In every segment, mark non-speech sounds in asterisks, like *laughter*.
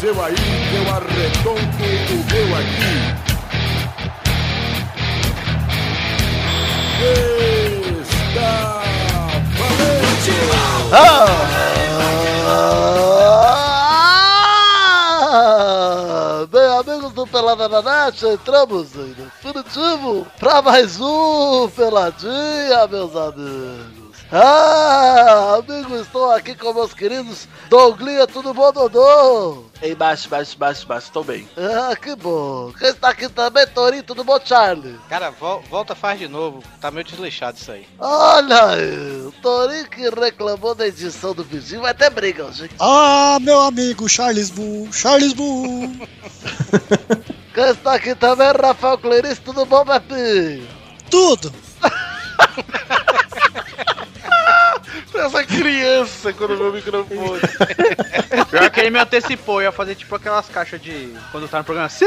seu aí, eu arredonto o meu aqui. Está valente! Ah! Bem, amigos do Pelada na Net, entramos em definitivo pra mais um Peladinha, meus amigos. Ah, amigos, estou aqui com meus queridos Douglinha, tudo bom, Dodô? Ei, baixo, baixo, baixo, baixo, tô bem. Ah, que bom. Quem está aqui também, Torinho, tudo bom, Charlie? Cara, vol- volta faz de novo. Tá meio desleixado isso aí. Olha aí, o Torinho que reclamou da edição do vizinho, vai ter briga hoje. Ah, meu amigo Charles Bull, Charles Bull. *laughs* Quem está aqui também, Rafael Clarice, tudo bom, Pepinho? Tudo. Essa criança quando meu *laughs* microfone. *laughs* Pior que ele me antecipou, ia fazer tipo aquelas caixas de. Quando tá no programa. Sim!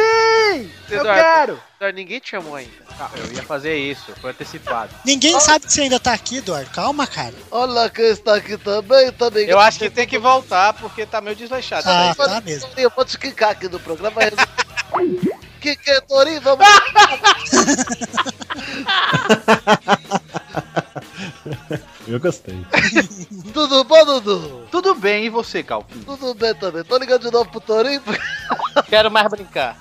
Eu Eduardo. quero! Eduardo, ninguém te chamou ainda. Ah, eu ia fazer isso, foi *laughs* antecipado. Ninguém sabe que você ainda tá aqui, Eduardo. Calma, cara. Olha quem está aqui também, também. Eu acho que tem que voltar porque tá meio desleixado isso Ah, aí. tá mesmo. Eu vou te quicar aqui do programa. Que que Torinho, vamos. Eu gostei. Tudo bom, Dudu? Tudo bem, e você, Calpin? Tudo bem também. Tô ligando de novo pro Torinho. porque Quero mais brincar.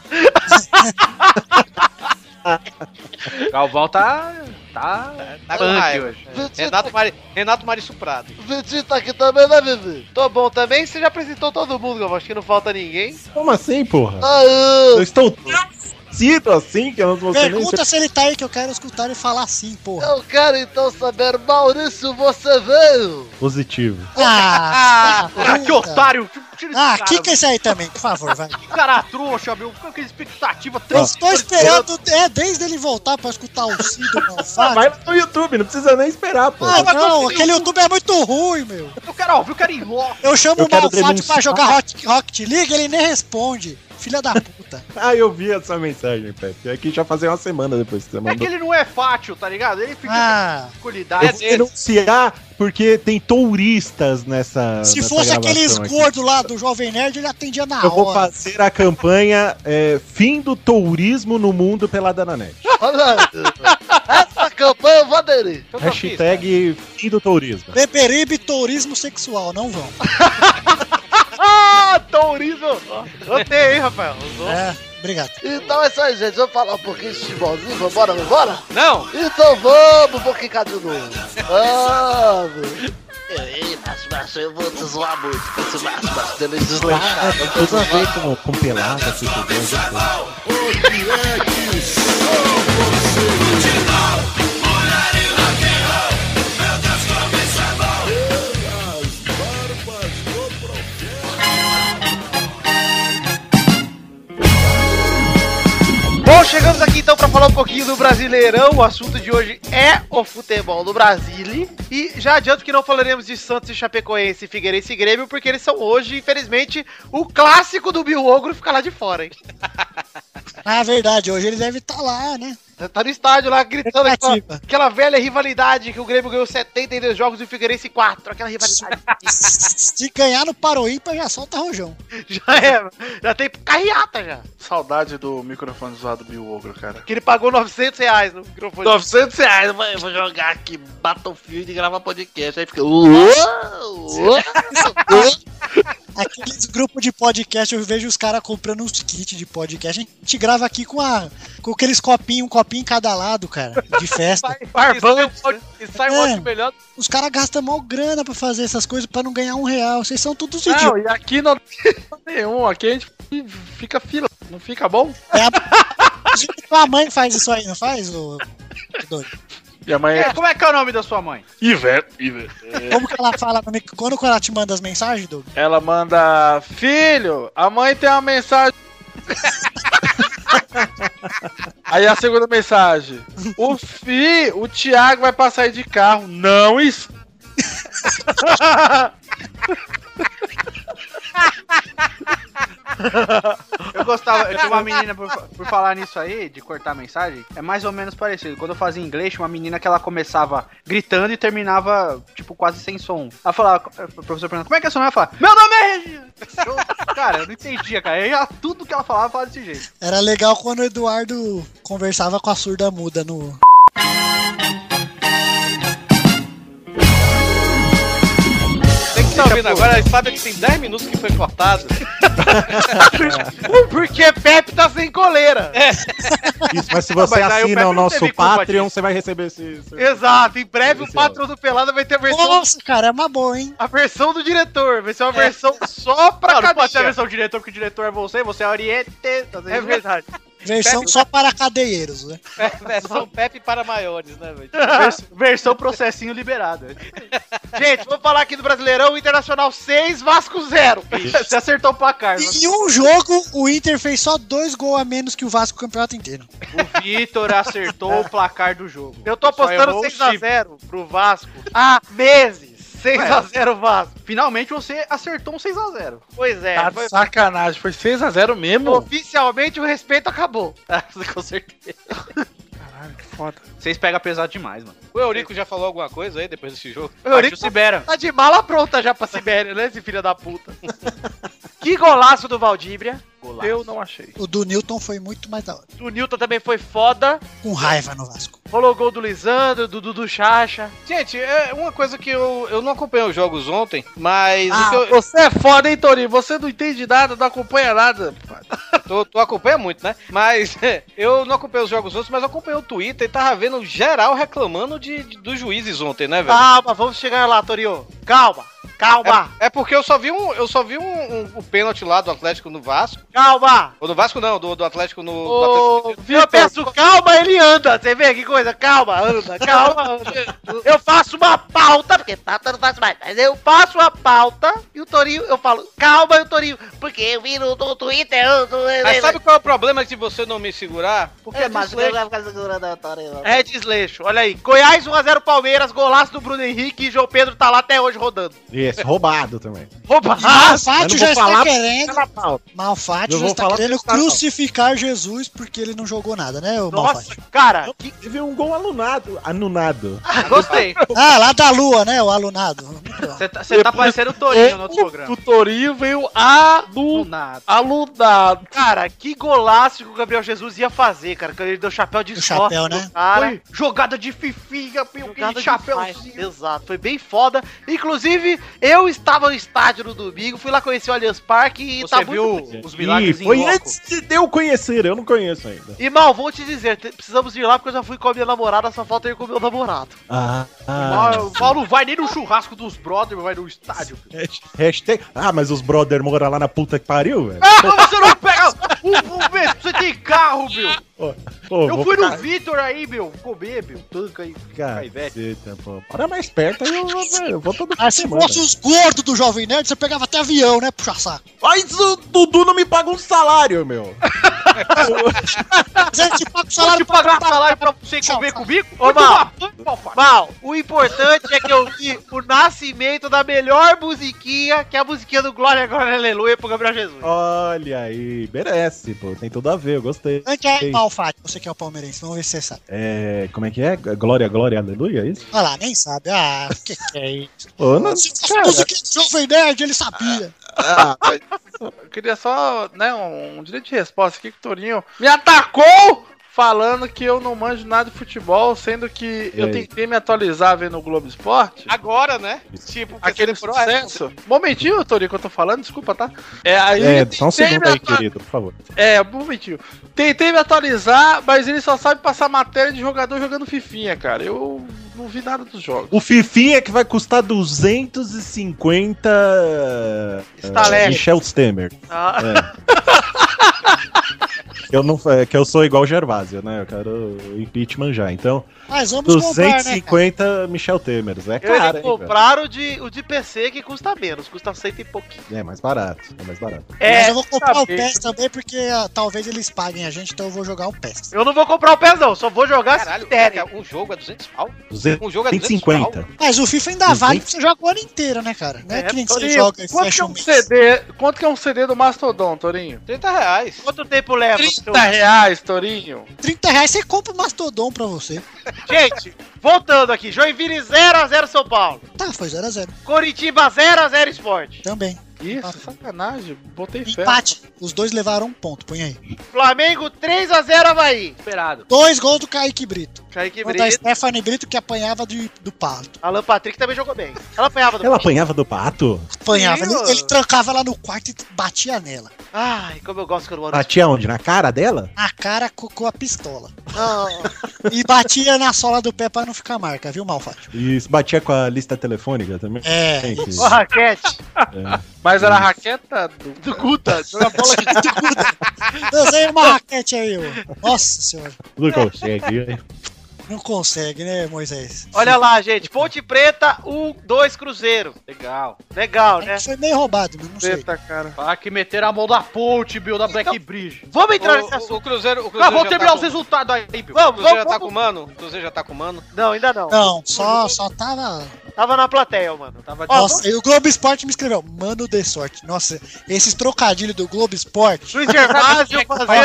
Calvão tá. tá. É. Tá com punk raiva. hoje. Vitinho, tá- Renato, Mari... Renato Marisso Prado. Vitinho tá aqui também, né, Vivi? Tô bom também, você já apresentou todo mundo, Galvão. Acho que não falta ninguém. Como assim, porra? Eu Aê! estou cito assim que eu não vou ser nem Pergunta se ele tá aí que eu quero escutar ele falar assim, porra. Eu quero então saber, Maurício, você veio? positivo. Ah, *laughs* Ah, que puta. otário! Tipo, Tira esse Ah, cara, quica esse aí também, por *laughs* favor, vai. que cara é trouxa, meu. Fica aquela expectativa Eu trans. estou esperando, é, desde ele voltar pra escutar o Cido *laughs* Ah, Malfato. vai lá no YouTube, não precisa nem esperar, pô. Ah, vai não, conseguir aquele o- YouTube é muito ruim, meu. Eu quero ouvir, eu quero ir logo. Eu chamo Eu o quero Malfato pra denunciar. jogar Rock, Rocket League, ele nem responde. Filha da *laughs* puta. Ah, eu vi essa mensagem, Pepe. É que já fazia uma semana depois que você É que mandou. ele não é fácil, tá ligado? Ele fica Ah, com dificuldade. Eu vou um denunciar porque tem touristas nessa. Ah, se nessa fosse gravação aqueles aqui. gordos lá do Jovem Nerd, ele atendia na Eu vou hora. fazer a campanha é, Fim do Tourismo no Mundo pela Dananet. Olha aí. Essa campanha eu vou aderir. Então tá fixe, cara. Hashtag Fim do Tourismo. Beberibe, tourismo sexual, não vão. Ah, Tourismo! Gostei, hein, Rafael? Usou? É, obrigado. Então é isso aí, gente. Vamos falar um pouquinho de futebolzinho. Vambora, vambora? Não! Então vamos, vou quicar de novo. Vamos. Ei, macho, macho, eu vou te zoar muito com esse macho, macho, dele desleixado. Toda vez com, com pelada, assim, com coisa. Bom, chegamos aqui então pra falar um pouquinho do Brasileirão. O assunto de hoje é o futebol do Brasil. E já adianto que não falaremos de Santos e Chapecoense, Figueirense e Grêmio, porque eles são hoje, infelizmente, o clássico do Bilogro fica lá de fora, hein? Na verdade, hoje ele deve estar lá, né? Tá no estádio lá gritando aquela, Expectativa. aquela velha rivalidade que o Grêmio ganhou 72 jogos e o Figueirense 4. Aquela rivalidade. Se ganhar no Paroímpa, já solta rojão. *laughs* já é, já tem carreata já. Saudade do microfone zoado Bill Ogro, cara. Que ele pagou 900 reais no microfone. 900 reais, Mas Eu vou jogar aqui Battlefield e gravar podcast. Aí fica. Uou, uou. Aqueles grupos de podcast, eu vejo os caras comprando uns kits de podcast. A gente grava aqui com, a, com aqueles copinhos, um copinho em cada lado, cara, de festa. Barbante. é E sai um É. áudio melhor. Os caras gastam mal grana pra fazer essas coisas pra não ganhar um real. Vocês são todos idiotas. Não, e aqui não tem nenhum. Aqui a gente fica fila. Não fica bom? É *laughs* Sua mãe faz isso aí, não faz? ô- ô doido? Minha mãe É, como é que é o nome da sua mãe? Ivete, Ivete. Como que ela fala no mic- Quando ela te manda as mensagens, Doug? Ela manda: Filho, a mãe tem uma mensagem. *laughs* Aí a segunda mensagem. O Fi, o Thiago vai passar aí de carro. Não isso. Eu gostava, eu tinha uma menina, por, fa- por falar nisso aí, de cortar a mensagem, é mais ou menos parecido. Quando eu fazia inglês, tinha uma menina que ela começava gritando e terminava, tipo, quase sem som. Ela falava, o professor pergunta, como é que é seu nome? Ela fala, meu nome é Regina! Eu- Cara, eu não entendia, cara. Eu já- tudo que ela falava, eu falava desse jeito. Era legal quando o Eduardo conversava com a surda muda no. Você que tá ouvindo agora sabe que tem 10 minutos que foi cortado. *laughs* Porque Pepe tá sem coleira. É. Isso, mas se você Mas aí o Pepe assina não o nosso teve culpa Patreon, você vai receber esse. esse- Exato, em breve o é Esse patrão do Pelada vai ter a versão, Nossa, cara, é uma boa, hein? a versão do diretor. Vai ser uma versão só pra É. Não, não cada pode ter a versão do diretor, porque o diretor é você, você é oriente. É verdade. Versão só para cadeieiros, né? Versão Pepe para maiores, né, velho? Vers- versão processinho liberado. É Gente, vamos falar aqui do Brasileirão Internacional 6, Vasco 0. Você acertou o placar. mano. E Em um jogo, o Inter fez só dois gols a menos que o Vasco o campeonato inteiro. O Vitor acertou o placar do jogo. Eu tô Só apostando errou o chip. 6x0 pro Vasco há meses. 6x0 Vasco. Finalmente você acertou um 6x0. Pois é. Tá foi- de sacanagem, foi 6x0 mesmo? Oficialmente o respeito acabou. *laughs* Ah, Com certeza. Caralho, que foda. Vocês pegam pesado demais, mano. O Eurico já falou alguma coisa aí depois desse jogo? O Eurico Partiu Sibera. tá de mala pronta já pra Sibéria, né, esse filho da *laughs* puta? que golaço do Valdíbria. Eu não achei. O do Newton foi muito mais da hora. Do Nilton também foi foda. Com raiva no Vasco. Rolou gol do Lisandro, do Dudu Chacha. Gente, é uma coisa que eu, eu não acompanhei os jogos ontem, mas o Ah, que eu, Você é foda, hein, Torinho? Você não entende nada, não acompanha nada. *laughs* Tu, tu acompanha muito, né? Mas *laughs* é, eu não acompanhei os jogos ontem, mas eu acompanhei o Twitter e tava vendo um geral reclamando de, de- dos juízes ontem, né, velho? Calma, vamos chegar lá, Torio. Calma, calma, É porque eu só vi um, eu só vi um, um- o pênalti lá do Atlético no Vasco. calma. Ou do Vasco não, do, do Atlético Tá no. do Ô, Atlético- eu peço calma, ele anda. Você vê que coisa? Calma, anda, calma, anda. Eu faço uma pauta, porque pauta eu não faço mais, mas eu faço uma pauta e o Torinho, eu falo, calma, e o Torinho, porque eu vi no, no Twitter. Eu, no, Mas sabe qual é o problema de você não me segurar? Porque é né, dislexo. É desleixo, olha aí. Goiás 1x0 Palmeiras, golaço do Bruno Henrique e João Pedro tá lá até hoje rodando. E esse roubado também. Opa! E Malfátio eu Ah, não já vou está falar querendo. Eu Malfátio já vou está falar querendo porque está, não. crucificar Jesus porque ele não jogou nada, né, o Nossa, Malfátio? cara, que Teve um gol anunado. Anunado. Gostei. Ah, lá da lua, né? O alunado. Muito bom. Você tá, você tá parecendo o Torinho no outro O, programa. o Torinho veio anu, nada. alunado. Cara, que golaço que o Gabriel Jesus ia fazer, cara. Quando ele deu chapéu de O chapéu, sorte né? pro Cara. Foi jogada de fifinha, Jogada jogada de faz. chapéuzinho. Exato, foi bem foda. Inclusive, eu estava no estádio no domingo, fui lá conhecer o Allianz Parque e Você tá viu muito... os milagres Ih, foi em loco? antes de eu conhecer, eu não conheço ainda. E mal, vou te dizer, te- precisamos ir lá porque eu já fui com a minha namorada, só falta ir com o meu namorado. Ah, Ah, o Paulo não vai nem no churrasco dos brothers, vai no estádio. filho. hashtag. Ah, mas os brother moram lá na puta que pariu, velho. Ah, mas você não pega o, o mesmo, você tem carro, meu. Pô, Eu vou fui no ficar- Vitor aí, meu, comer, meu, tanca aí. Caceta, pô. Para mais perto aí, eu, vou- eu vou todo Ah, se fosse os gordos do Jovem Nerd, você pegava até avião, né? Puxa saco. Mas o Dudu não me paga um salário, *laughs* meu. Mas é tipo o Vou te salário pra pagar salário pra você comer Tchau. comigo? Ô, Mal. Malfá. Mal, o importante é que eu vi o nascimento da melhor musiquinha, que é a musiquinha do Glória, Glória, Aleluia pro Gabriel Jesus. Olha aí, merece, pô. Tem tudo a ver, eu gostei. Cante aí, Malfátio, você que é o palmeirense. Vamos ver se você sabe. É, como é que é? Glória, glória, aleluia, é isso? Olha lá, nem sabe. Ah, o que, que é *laughs* isso? Pô, não- Se fosse música do Jovem Nerd, ele sabia. Eu queria só, né, um, um direito de resposta aqui que o Torinho me atacou falando que eu não manjo nada de futebol, sendo que E eu aí? tentei me atualizar vendo o Globo Esporte. Agora, né? Tipo, porque Aquele você demorou sucesso. Momentinho, Torinho, que eu tô falando, desculpa, tá? É, aí É, eu só um tentei segundo me aí, atu- querido, por favor. É, um momentinho. Tentei me atualizar, mas ele só sabe passar matéria de jogador jogando fifinha, cara. Eu não vi nada dos jogos. O Fifinha é que vai custar 250 Estalete. eh, Michel Temer. tá? Ah. É. eu não, é que eu sou igual o Gervásio, né? Eu quero impeachment já. Então, Mas vamos comprar, né? cara? 250 Michel Temers. É Eles caro, hein, compraram o de, o de PC que custa menos, custa cento e pouquinho. velho? É mais barato. É mais barato. Mas eu vou comprar o saber. PES também, porque ah, talvez eles paguem a gente, então eu vou jogar o PES. Eu não vou comprar o PES, não, só vou jogar Caralho, se derem. cara, um jogo é 200 pau? 200, Um jogo é 200 pau? 150. Mas o FIFA ainda vale porque você joga o ano inteiro, né, cara? Não é, que nem que você Torinho, joga e quanto que fecha é um um mês. CD? Quanto que é um CD do Mastodon, Torinho? 30 reais. Quanto tempo leva? 30 reais, Torinho. 30 reais você compra o Mastodon pra você. Gente, voltando aqui, Joinville 0x0 São Paulo, Tá, foi 0x0 Coritiba 0x0 Esporte, também. Isso, Nossa. sacanagem. Botei fé. Empate. Os dois levaram um ponto, põe aí. Flamengo 3x0 Havaí, Esperado. Dois gols do Kaique Brito. Kaique Um da Brito, Stephanie Brito que apanhava de, do pato. Alan Patrick também jogou bem. Ela apanhava do Ela apanhava do pato? Apanhava. Ele, Meu. ele trancava lá no quarto e batia nela. Ai, como eu gosto quando o Maurício... Batia onde? Na cara dela? A cara co- com a pistola. E batia na sola do pé pra não ficar marca, viu, Malfátio? E se batia com a lista telefônica também? É. É. Tem que- Ô, Raquete, Mas era a raqueta do... do Guta, joga bola aqui. Lancei uma raquete aí, ô. Nossa senhora. Não consegue. hein? Não consegue, né, Moisés? Olha lá, gente, Ponte Preta 1-2 Cruzeiro. Legal. Legal, né? Acho que Foi meio roubado, mas não sei. Eita, cara. Falar que meteram a mão da ponte, Bill, da Black Bridge. Então, Vamos O, entrar nesse o- assunto. o Cruzeiro. O Cruzeiro Ah, vamos já terminar tá os com- resultados aí, Bill. O Vamos, Cruzeiro já vamos, tá vamos. com mano? O Cruzeiro já tá com mano? Não, ainda não. Não, só, só tava. Tava na plateia, mano. Tava de... Ó, Nossa, e o Globo Esporte me escreveu. Mano, dê sorte. Nossa, esses trocadilhos do Globo Esporte. Luiz Gervásio Nossa. fazendo é Eu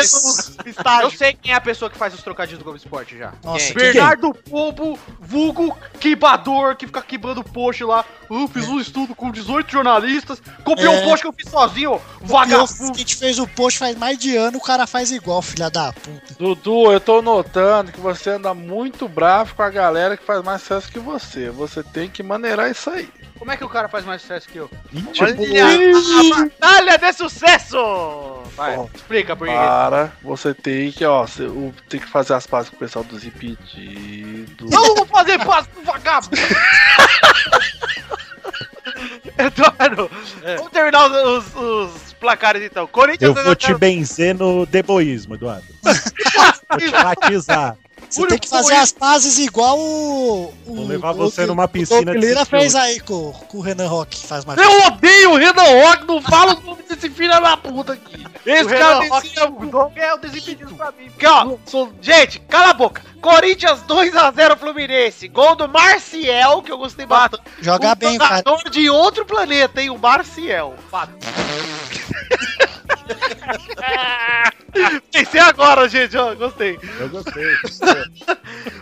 estágio. sei quem é a pessoa que faz os trocadilhos do Globo Esporte já. É, Nossa, que- é? Bernardo Pombo, vulgo quibador, que fica quibando post lá. Eu fiz um estudo com 18 jornalistas, copiei É. um post que eu fiz sozinho, ó. Pior vagabundo. que a gente fez o post faz mais de ano, o cara faz igual, filha da puta. Dudu, eu tô notando que você anda muito bravo com a galera que faz mais sucesso que você. Você tem que maneirar isso aí. Como é que o cara faz mais sucesso que eu? Tipo, Tipo, Olha, a batalha de sucesso! Vai, explica por quê. Para, você tem que, ó, você- o- tem que fazer as pazes com o pessoal dos impedidos. Não vou fazer passo pro vagabundo. *laughs* Eduardo, vamos terminar os, os- os placares então. É. Eu Corinthians vou te benzer no deboísmo, *laughs* Eduardo. vou te batizar. Você tem que fazer as pazes igual o. o Vou levar você o- numa O piscina de Lira cachorro. fez aí com, com o Renan Rock, que faz mais. Eu odeio o Renan Rock, não fala o nome desse filho da puta aqui. Esse cara tem que ser um- é o desimpedido pra mim. Porque, ó, sou- gente, cala a boca. Corinthians 2x0 Fluminense. Gol do Marciel, que eu gostei bastante. Jogar um bem, cara. jogador de outro planeta, hein? O Marciel. Pensei agora, gente, ó, gostei. Eu gostei.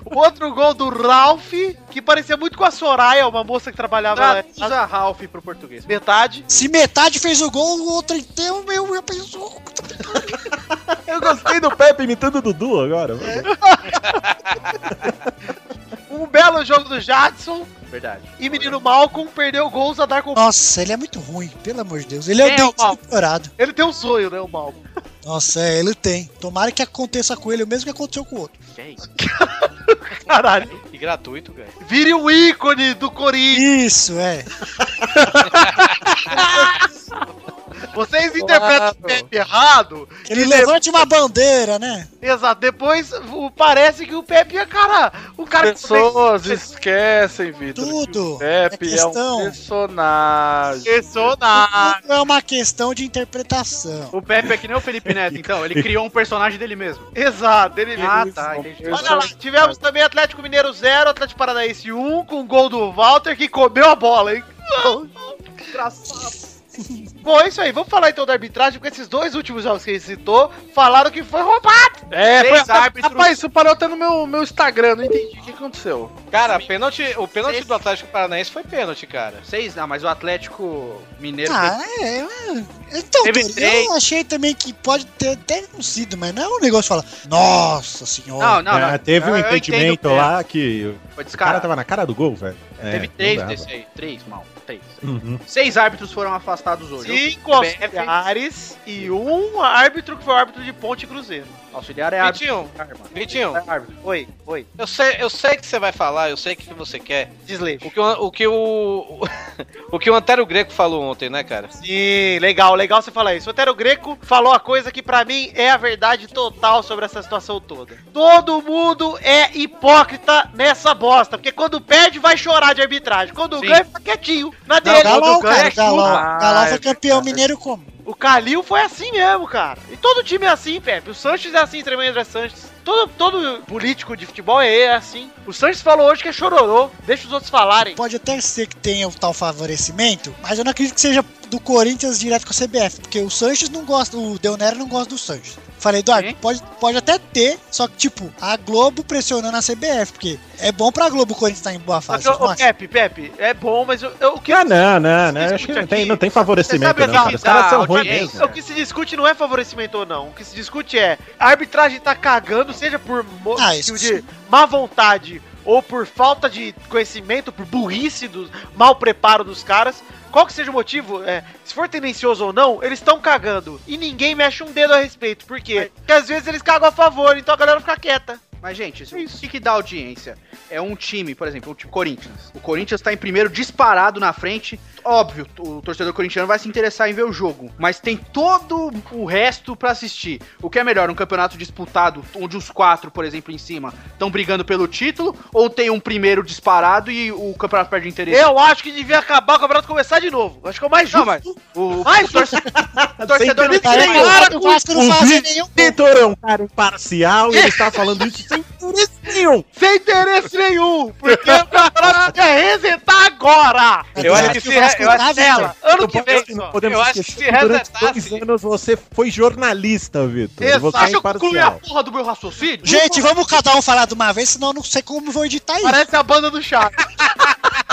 O outro gol do Ralph, que parecia muito com a Soraya, uma moça que trabalhava lá. Traduza Ralph pro português. Metade. Se metade fez o gol, o outro inteiro, meu, eu pensou. *laughs* Eu gostei do Pepe imitando o Dudu agora. mano. Um belo jogo do Jadson. Verdade. E menino Malcolm perdeu gols a dar com. Nossa, ele é muito ruim, pelo amor de Deus. Ele é Quem o é o dente Paulo? do piorado. Ele tem um sonho, né, o Malcolm? Nossa, é, ele tem. Tomara que aconteça com ele o mesmo que aconteceu com o outro. Caralho. E gratuito, cara. Vire um ícone do Corinthians. Isso, é. Vocês interpretam o Pepe errado. Ele levante uma bandeira, né? Exato. Depois o- parece que o Pepe é cara. O cara que Pessoas esquecem, Vitor. Tudo. Pepe É é um questão. personagem. pensou na. Tudo é uma questão de interpretação. O Pepe é que nem o Felipe *laughs* Neto, então. Ele criou um personagem dele mesmo. Exato, ele Ah, tá. Entendi. Olha lá, tivemos também Atlético Mineiro 0, Atlético Paranaense 1, com gol do Walter, que comeu a bola, hein? Engraçado. Bom, é isso aí. Vamos falar então da arbitragem, porque esses dois últimos jogos que ele citou falaram que foi roubado. É, Três foi, árbitros. rapaz, isso parou até no meu, meu Instagram, não entendi o que aconteceu. Cara, pênalti, o pênalti do Atlético Paranaense foi pênalti, cara. Seis, não, mas o Atlético Mineiro. Ah, é, é. Então, Teve Tony, três. eu achei também que pode ter até não sido, mas não é um negócio que fala, nossa Não, senhora. não, Ah, não. teve um Eu- eu entendo entendimento o lá que o Foi descarado. cara tava na cara do gol, velho. É, Teve não três dava. desse aí. Três, mal. Três. Uhum. Seis árbitros foram afastados hoje. Cinco O CBF. auxiliares e um árbitro que foi o árbitro de Ponte e Cruzeiro. Auxiliar é árbitro. Vitinho, Arma. Vitinho, É árbitro. Oi, oi. eu sei, eu sei que você vai falar, eu sei o que você quer. Desleixo. O *laughs* que, o, o que o. o que o Antero Greco falou ontem, né, cara? Sim, legal, legal você falar isso. O Otero Greco falou a coisa que pra mim é a verdade total sobre essa situação toda. Todo mundo é hipócrita nessa bosta, porque quando perde vai chorar de arbitragem, quando Sim. ganha fica quietinho, na Não, dele. Galol, Quando ganha, Ah, é cara, Galol. chupa. Galol foi campeão mineiro como? O Calil foi assim mesmo, cara. E todo time é assim, Pepe. O Sanches é assim, também André Sanches. Todo, todo político de futebol é é assim. O Sanches falou hoje que é chororô, deixa os outros falarem. Pode até ser que tenha um tal favorecimento, mas eu não acredito que seja do Corinthians direto com a CBF, porque o Sanches não gosta, o Del Nero não gosta do Sanches. Falei, Eduardo, pode, pode até ter, só que, tipo, a Globo pressionando a CBF, porque é bom pra Globo o Corinthians tá em boa Mas, fase, ô, vocês não ô, acham? Pepe, Pepe, é bom, mas eu, eu- o que Ah, não, não, não. Acho que não Aqui, tem, não tem Você favorecimento, sabe não, cara. Os caras são ruins audiência, mesmo. né? O que se discute não é favorecimento ou não. O que se discute é a arbitragem tá cagando, seja por mo- Ah, isso de má vontade ou por falta de conhecimento, por burrice, do mau preparo dos caras. Qual que seja o motivo, é, se for tendencioso ou não, eles estão cagando. E ninguém mexe um dedo a respeito. Por quê? Porque às vezes eles cagam a favor, então a galera fica quieta. É Mas, gente, isso- o que, que dá audiência? É um time, por exemplo, o time Corinthians. O Corinthians tá em primeiro disparado na frente. Óbvio, o torcedor corintiano vai se interessar em ver o jogo. Mas tem todo o resto pra assistir. O que é melhor, um campeonato disputado, onde os quatro, por exemplo, em cima, estão brigando pelo título? Ou tem um primeiro disparado e o campeonato perde interesse? Eu acho que devia acabar o campeonato e começar de novo. Acho que é o mais justo. Não, mas o, Ai, o torce- *laughs* o torcedor não Tá, tem eu- cara, o Vasco não o fazia nenhum gol. Vitor é um cara imparcial e ele está falando isso sem interesse nenhum. Sem interesse nenhum, porque o campeonato ia é resetar agora. Eu acho que o se- Vasco eu acho tava, que Vitor. Ela, ano que Não vem. podemos- não só. podemos Eu acho que esquecer se que durante resetasse- dois anos você foi jornalista, Vitor. Exato. Você é Deixa eu concluir a imparcial. porra do meu raciocínio? Gente, vamos cada um falar de uma vez, senão eu não sei como vou editar isso. Parece a banda do Chaves. *laughs*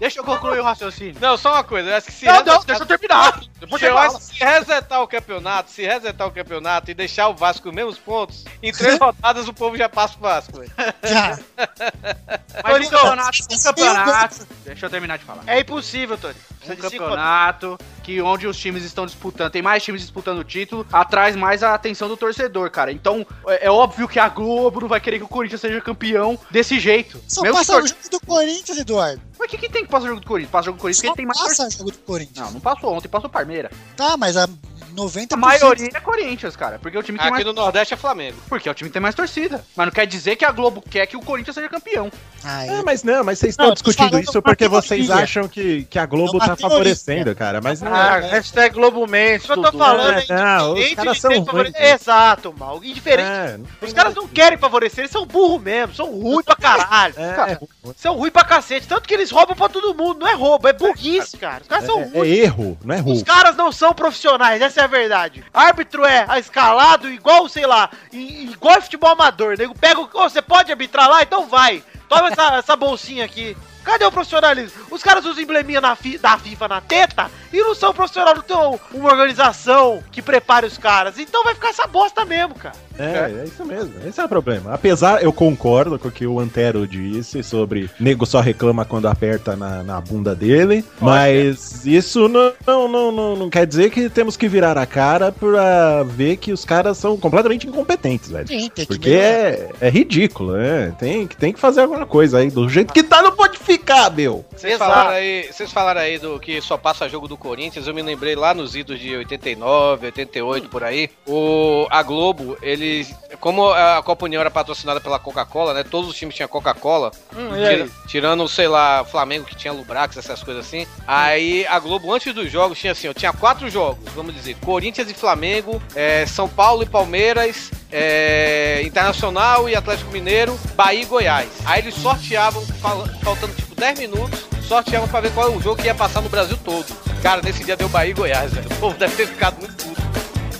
Deixa eu concluir o raciocínio. Não, só uma coisa, eu acho que se Não, resetar- não, deixa eu terminar. Depois eu eu acho que se resetar o campeonato, se resetar o campeonato e deixar o Vasco com os mesmos pontos, em *laughs* três rodadas o povo já passa o Vasco. velho. Já. Mas um Corinthians- campeonato, um campeonato. Deixa eu terminar de falar. É impossível, Tony. um Precisa de cinco rodadas. campeonato que onde os times estão disputando, tem mais times disputando o título, atrai mais a atenção do torcedor, cara. Então, é, é óbvio que a Globo não vai querer que o Corinthians seja campeão desse jeito. Só Mesmo passa que o tor- jogo do Corinthians, Eduardo. Mas o que, que tem que passar o jogo do Corinthians? Passa o jogo do Corinthians Só porque tem mais passa torcedor. o jogo do Corinthians. Não, não passou ontem, passou o Parmeira. Tá, mas a A 90% maioria é Corinthians, cara, porque é o time que tem Aqui mais no Nordeste é Flamengo. porque é o time que tem mais torcida. Mas não quer dizer que a Globo quer que o Corinthians seja campeão. Aí, É, mas não, mas vocês estão Não, tô discutindo falando isso uma porque teoria. vocês acham que, que a Globo É uma tá teoria. favorecendo, cara. Mas não é. Ah, hashtag Globomente. O que eu tô Tá falando é não, né? os indiferente caras de são ser ruins, favorecido. né? Exato, mal. Indiferente. É, não tem Os caras não querem favorecer, eles são burros mesmo, são ruins pra caralho. nada- cara. é, São ruins pra cacete, tanto que eles roubam pra todo mundo. Não é roubo, é burrice, cara. Os caras são é, é ruins. erro, não é Os roubo. caras não são profissionais, essa é a verdade. Árbitro é escalado igual, sei lá, i- igual futebol amador. Nego pega o. "Ô, você pode arbitrar lá? Então vai. *laughs* Toma essa, essa bolsinha aqui. Cadê o profissionalismo? Os caras usam embleminha na fi- da FIFA na teta e não são profissionais, não tem um- uma organização que prepare os caras. Então vai ficar essa bosta mesmo, cara. É, é isso mesmo. Esse é o problema. Apesar, eu concordo com o que o Antero disse sobre nego só reclama quando aperta na, na bunda dele, mas isso não, não, não, não, não quer dizer que temos que virar a cara pra ver que os caras são completamente incompetentes, velho. sim, tem que Porque é, é ridículo, né? Tem, que- tem que fazer alguma coisa aí. Do jeito que tá, não pode ficar, meu. Vocês Exato. falaram, aí, vocês falaram aí do que só passa jogo do Corinthians, eu me lembrei lá nos idos de 89, 88, por aí. O, a Globo, eles. Como a Copa União era patrocinada pela Coca-Cola, né? Todos os times tinham Coca-Cola. Tira- tirando, sei lá, Flamengo que tinha Lubrax, essas coisas assim. Aí a Globo, antes dos jogos, tinha assim, ó, tinha quatro jogos, vamos dizer, Corinthians e Flamengo, é, São Paulo e Palmeiras, é, Internacional e Atlético Mineiro, Bahia e Goiás. Aí eles sorteavam, fal- faltando tipo 10 minutos, sorteavam pra ver qual é o jogo que ia passar no Brasil todo. Cara, nesse dia deu Bahia e Goiás, *laughs* velho. O povo deve ter ficado muito puto.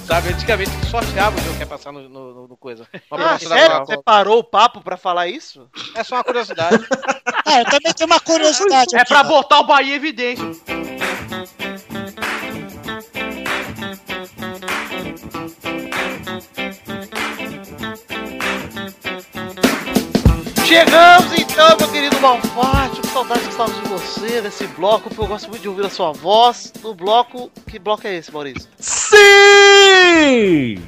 Sabe, antigamente sorteava o jogo que ia passar no, no- no- no coisa. Uma Ah, promoção da sério? Coca-Cola. Você parou o papo pra falar isso? É só uma curiosidade. Ah, eu também tenho uma curiosidade É aqui. pra ó. botar o Bahia em evidência. Chegamos então, meu querido Malfátio, que saudade que estamos de você nesse bloco, porque eu gosto muito de ouvir a sua voz no bloco. Que bloco é esse, Maurício? Sim!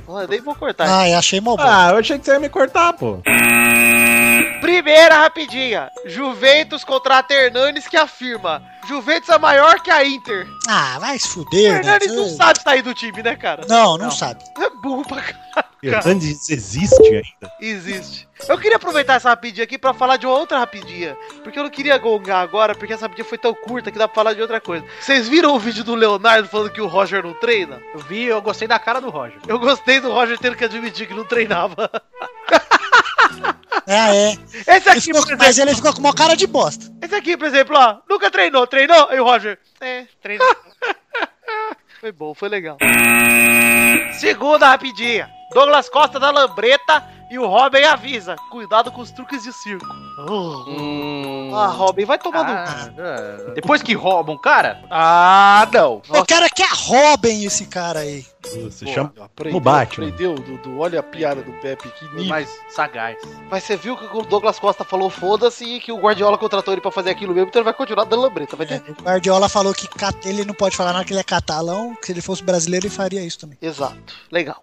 Olha, nem vou cortar. Ah, eu achei mó bom. Ah, eu achei que você ia me cortar, pô. Primeira rapidinha. Juventus contrata Hernanes que afirma. Juventus é maior que a Inter. Ah, vai se fuder, né? Hernanes não sabe sair do time, né, cara? Não, não sabe. É burro pra caralho. Hernandes existe ainda. Existe. Eu queria aproveitar essa rapidinha aqui pra falar de outra rapidinha. Porque eu não queria gongar agora, porque essa rapidinha foi tão curta que dá pra falar de outra coisa. Vocês viram o vídeo do Leonardo falando que o Roger não treina? Eu vi, eu gostei da cara do Roger. Eu gostei do Roger tendo que admitir que não treinava. *laughs* Ah, é. Esse Ele aqui, ficou- por exemplo. mas ele ficou com uma cara de bosta. Esse aqui, por exemplo, ó. Nunca treinou, treinou? Aí o Roger. É, treinou. *laughs* foi bom, foi legal. Segunda rapidinha. Douglas Costa da Lambreta e o Robin avisa. Cuidado com os truques de circo. Oh. Hum, Ah, Robin, vai tomar no cu. Ah, depois que um roubam, cara, Ah, não. Eu quero é que arrobem esse cara aí. Você Pô, chama aprendeu, o Batman. Aprendeu, Dudu. Olha a piada do Pepe. Que nível. mais sagaz. Mas você viu que o Douglas Costa falou foda-se e que o Guardiola contratou ele pra fazer aquilo mesmo, então ele vai continuar dando lambreta, vai ter. O Guardiola falou que cat- ele não pode falar nada que ele é catalão, que se ele fosse brasileiro ele faria isso também. Exato. Legal.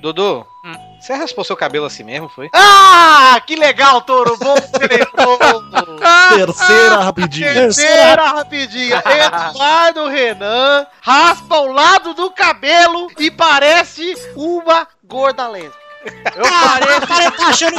Dudu, você raspou seu cabelo assim mesmo, foi? Ah, que legal, Toro. Bom que você lembrou. Terceira rapidinha. *laughs* Terceira rapidinha. Eduardo Renan raspa o lado do cabelo e parece uma gorda lésbica. Eu parei. O cara tá achando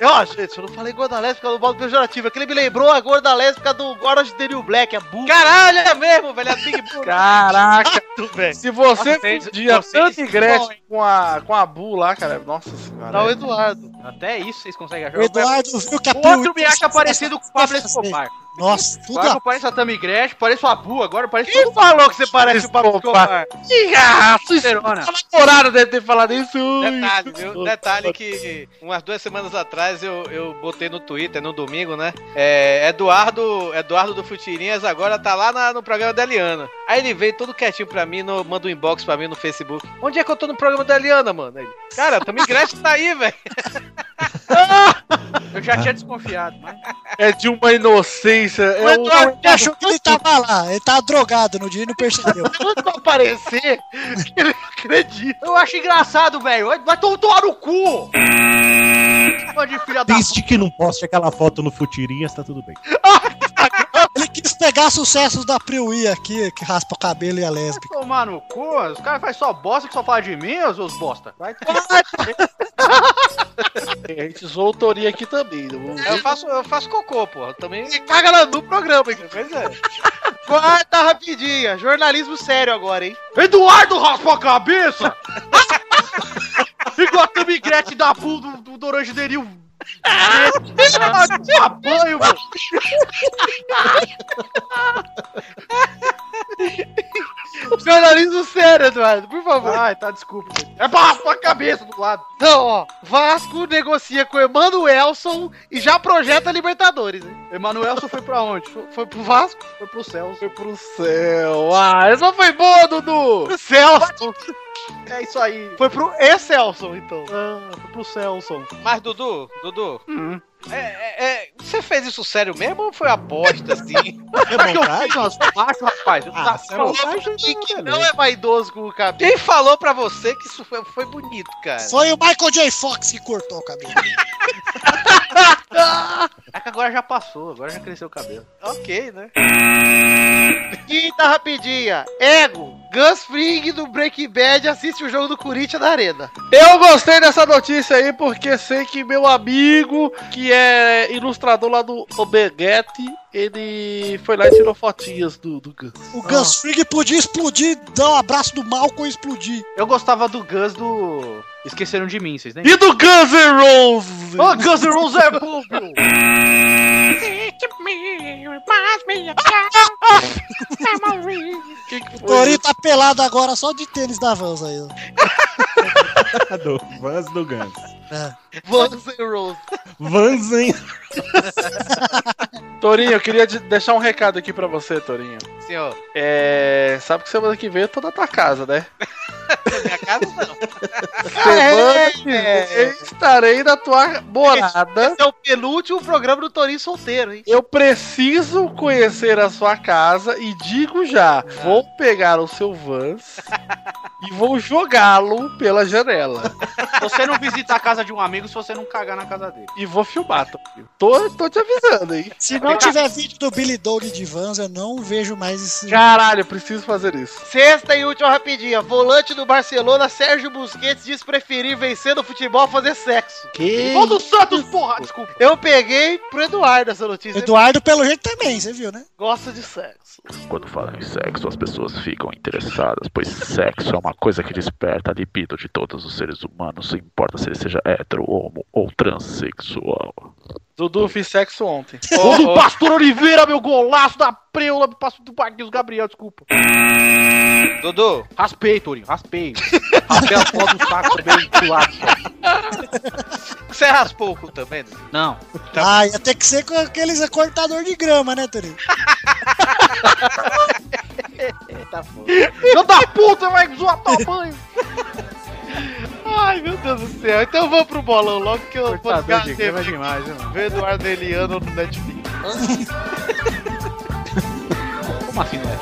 Ó, gente, eu não falei gorda lésbica no modo pejorativo. É que ele me lembrou a gorda lésbica do Orange is the New Black, a burra. Caralho, é mesmo, velho. É *laughs* Big Brother. Caraca. velho. Se você Nossa, vocês- pedia vocês tanto estão ingresso com a, com a Bu lá, cara. Nossa senhora. Não, Eduardo. Até isso vocês conseguem achar. o Eduardo é viu que a O outro me Piuí- acha parecido com o Pablo é Escobar. Nossa, tudo Agora que a... eu pareço a Tammy Gretchen, pareço a Bu, agora parece Quem falou que você parece o Pablo Escobar? Escobar? Ih, ah, sua Serona. namorada deve ter falado isso. um Detalhe, viu? Detalhe que umas duas semanas atrás eu, eu botei no Twitter, no domingo, né? É, Eduardo, Eduardo do Futirinhas agora tá lá na- no programa da Eliana. Aí ele veio todo quietinho pra mim, no, manda um inbox pra mim no Facebook. Onde é que eu tô no programa da Eliana, mano? Aí Ele, Cara, também Gretchen tá aí, *laughs* velho. Eu já tinha desconfiado, mas. É de uma inocência. O É um... Eduardo que achou que ele tava lá, ele tava drogado no dia e não percebeu. Tanto *laughs* aparecer que ele não acredita. Eu acho engraçado, velho. Vai tomar no cu! Ô, de filha da Desde um que não poste aquela foto no Futirinhas, tá tudo bem. Ele quis pegar sucessos da Priui aqui, que raspa o cabelo e a lésbica. Tomar no cu, os caras fazem só bosta que só fala de mim, os seus bosta. Vai ter *laughs* A gente zoou autoria aqui também. Não vou- Eu faço, eu faço cocô, porra. Também. E caga lá no programa, hein? Pois é. Quarta rapidinha. é Jornalismo sério agora, hein? Eduardo raspa a cabeça! *laughs* igual a Tammy Gretchen da Bull do, do, do Orange Deril. Apanho, mano. Jornalismo sério, Eduardo, por favor. Ai, tá, desculpa. velho. É pra raspar a cabeça do lado. Não, ó. Vasco negocia com Emanuelson e já projeta Libertadores. hein? Emanuel só foi pra onde? Foi- Foi pro Vasco? Foi pro Celso. Foi pro céu. Ah, essa foi boa, Dudu. Pro Celso. É isso aí. Foi pro Excelson, então. Ah, foi pro Celso. Mas, Dudu, Dudu. Hum. é- é- é, você fez isso sério mesmo ou foi aposta, *laughs* assim? É Mas que eu vontade? fiz, ó, só baixo, rapaz. Eu Ah, tava se é falando. vontade, E que tá não é vaidoso com o cabelo. Quem falou pra você que isso foi, foi bonito, cara? Foi o Michael J. Fox que cortou o cabelo. É que agora já passou, agora já cresceu o cabelo. Ok, né? Quinta rapidinha. Ego. Gus Fring do Breaking Bad assiste o jogo do Corinthians na Arena. Eu gostei dessa notícia aí porque sei que meu amigo, que é ilustrador lá do Obeguete, ele foi lá e tirou fotinhas do, do Gus. O Gus Fring podia explodir, dar um abraço do Malcolm e explodir. Eu gostava do Gus do. Esqueceram de mim, vocês nem. E do Guns N' Roses? Ô, Guns N' Roses é bom, meu! Que que O foi Torinho tá pelado agora só de tênis da Vans aí. ó. Do Vans do Guns. Guns N' Roses. Vans, hein? isso? Torinho, eu queria de- deixar um recado aqui pra você, Torinho. Senhor, É. Sabe que semana que vem eu tô na tua casa, né? minha casa, não. Ah, é, É. Semana que vem estarei na tua morada. Esse é o penúltimo programa do Torinho solteiro, hein? Eu preciso conhecer a sua casa e digo já: vou Ah. pegar o seu Vans e vou jogá-lo pela janela. Você não visita a casa de um amigo se você não cagar na casa dele. E vou filmar, tô, tô, tô te avisando, hein? Se não tá- tiver vídeo do Billy Dog de Vans, eu não vejo mais esse. Caralho, preciso fazer isso. Sexta e última rapidinha. Volante do Barcelona, Sérgio Busquets diz preferir vencer no futebol a fazer sexo. Que? Gol do Santos, porra! Desculpa. Eu peguei pro Eduardo essa notícia. Ele Eduardo, pelo jeito, também, você viu, né? gosta de sexo. Quando falam em sexo, as pessoas ficam interessadas, pois sexo é uma coisa que desperta a libido de todos os seres humanos, não importa se ele seja hétero, homo ou transexual. Dudu, fiz sexo *laughs* ontem. Gol do Pastor Oliveira, meu golaço da preula, me passo do Marquinhos Gabriel, desculpa. Dudu, Raspei, Torinho, raspei. Raspei a porra do saco bem do lado. você raspou o cu também? Dudu? Não. Ah, ia ter que ser com aqueles cortador de grama, né, Turinho? Filho da puta, vai zoar teu banho. Ai, meu Deus do céu. Então vamos pro bolão logo que eu vou Cortador ficar de tempo grama é demais, né, mano? ver Eduardo Eliano no Netflix. Como assim, né?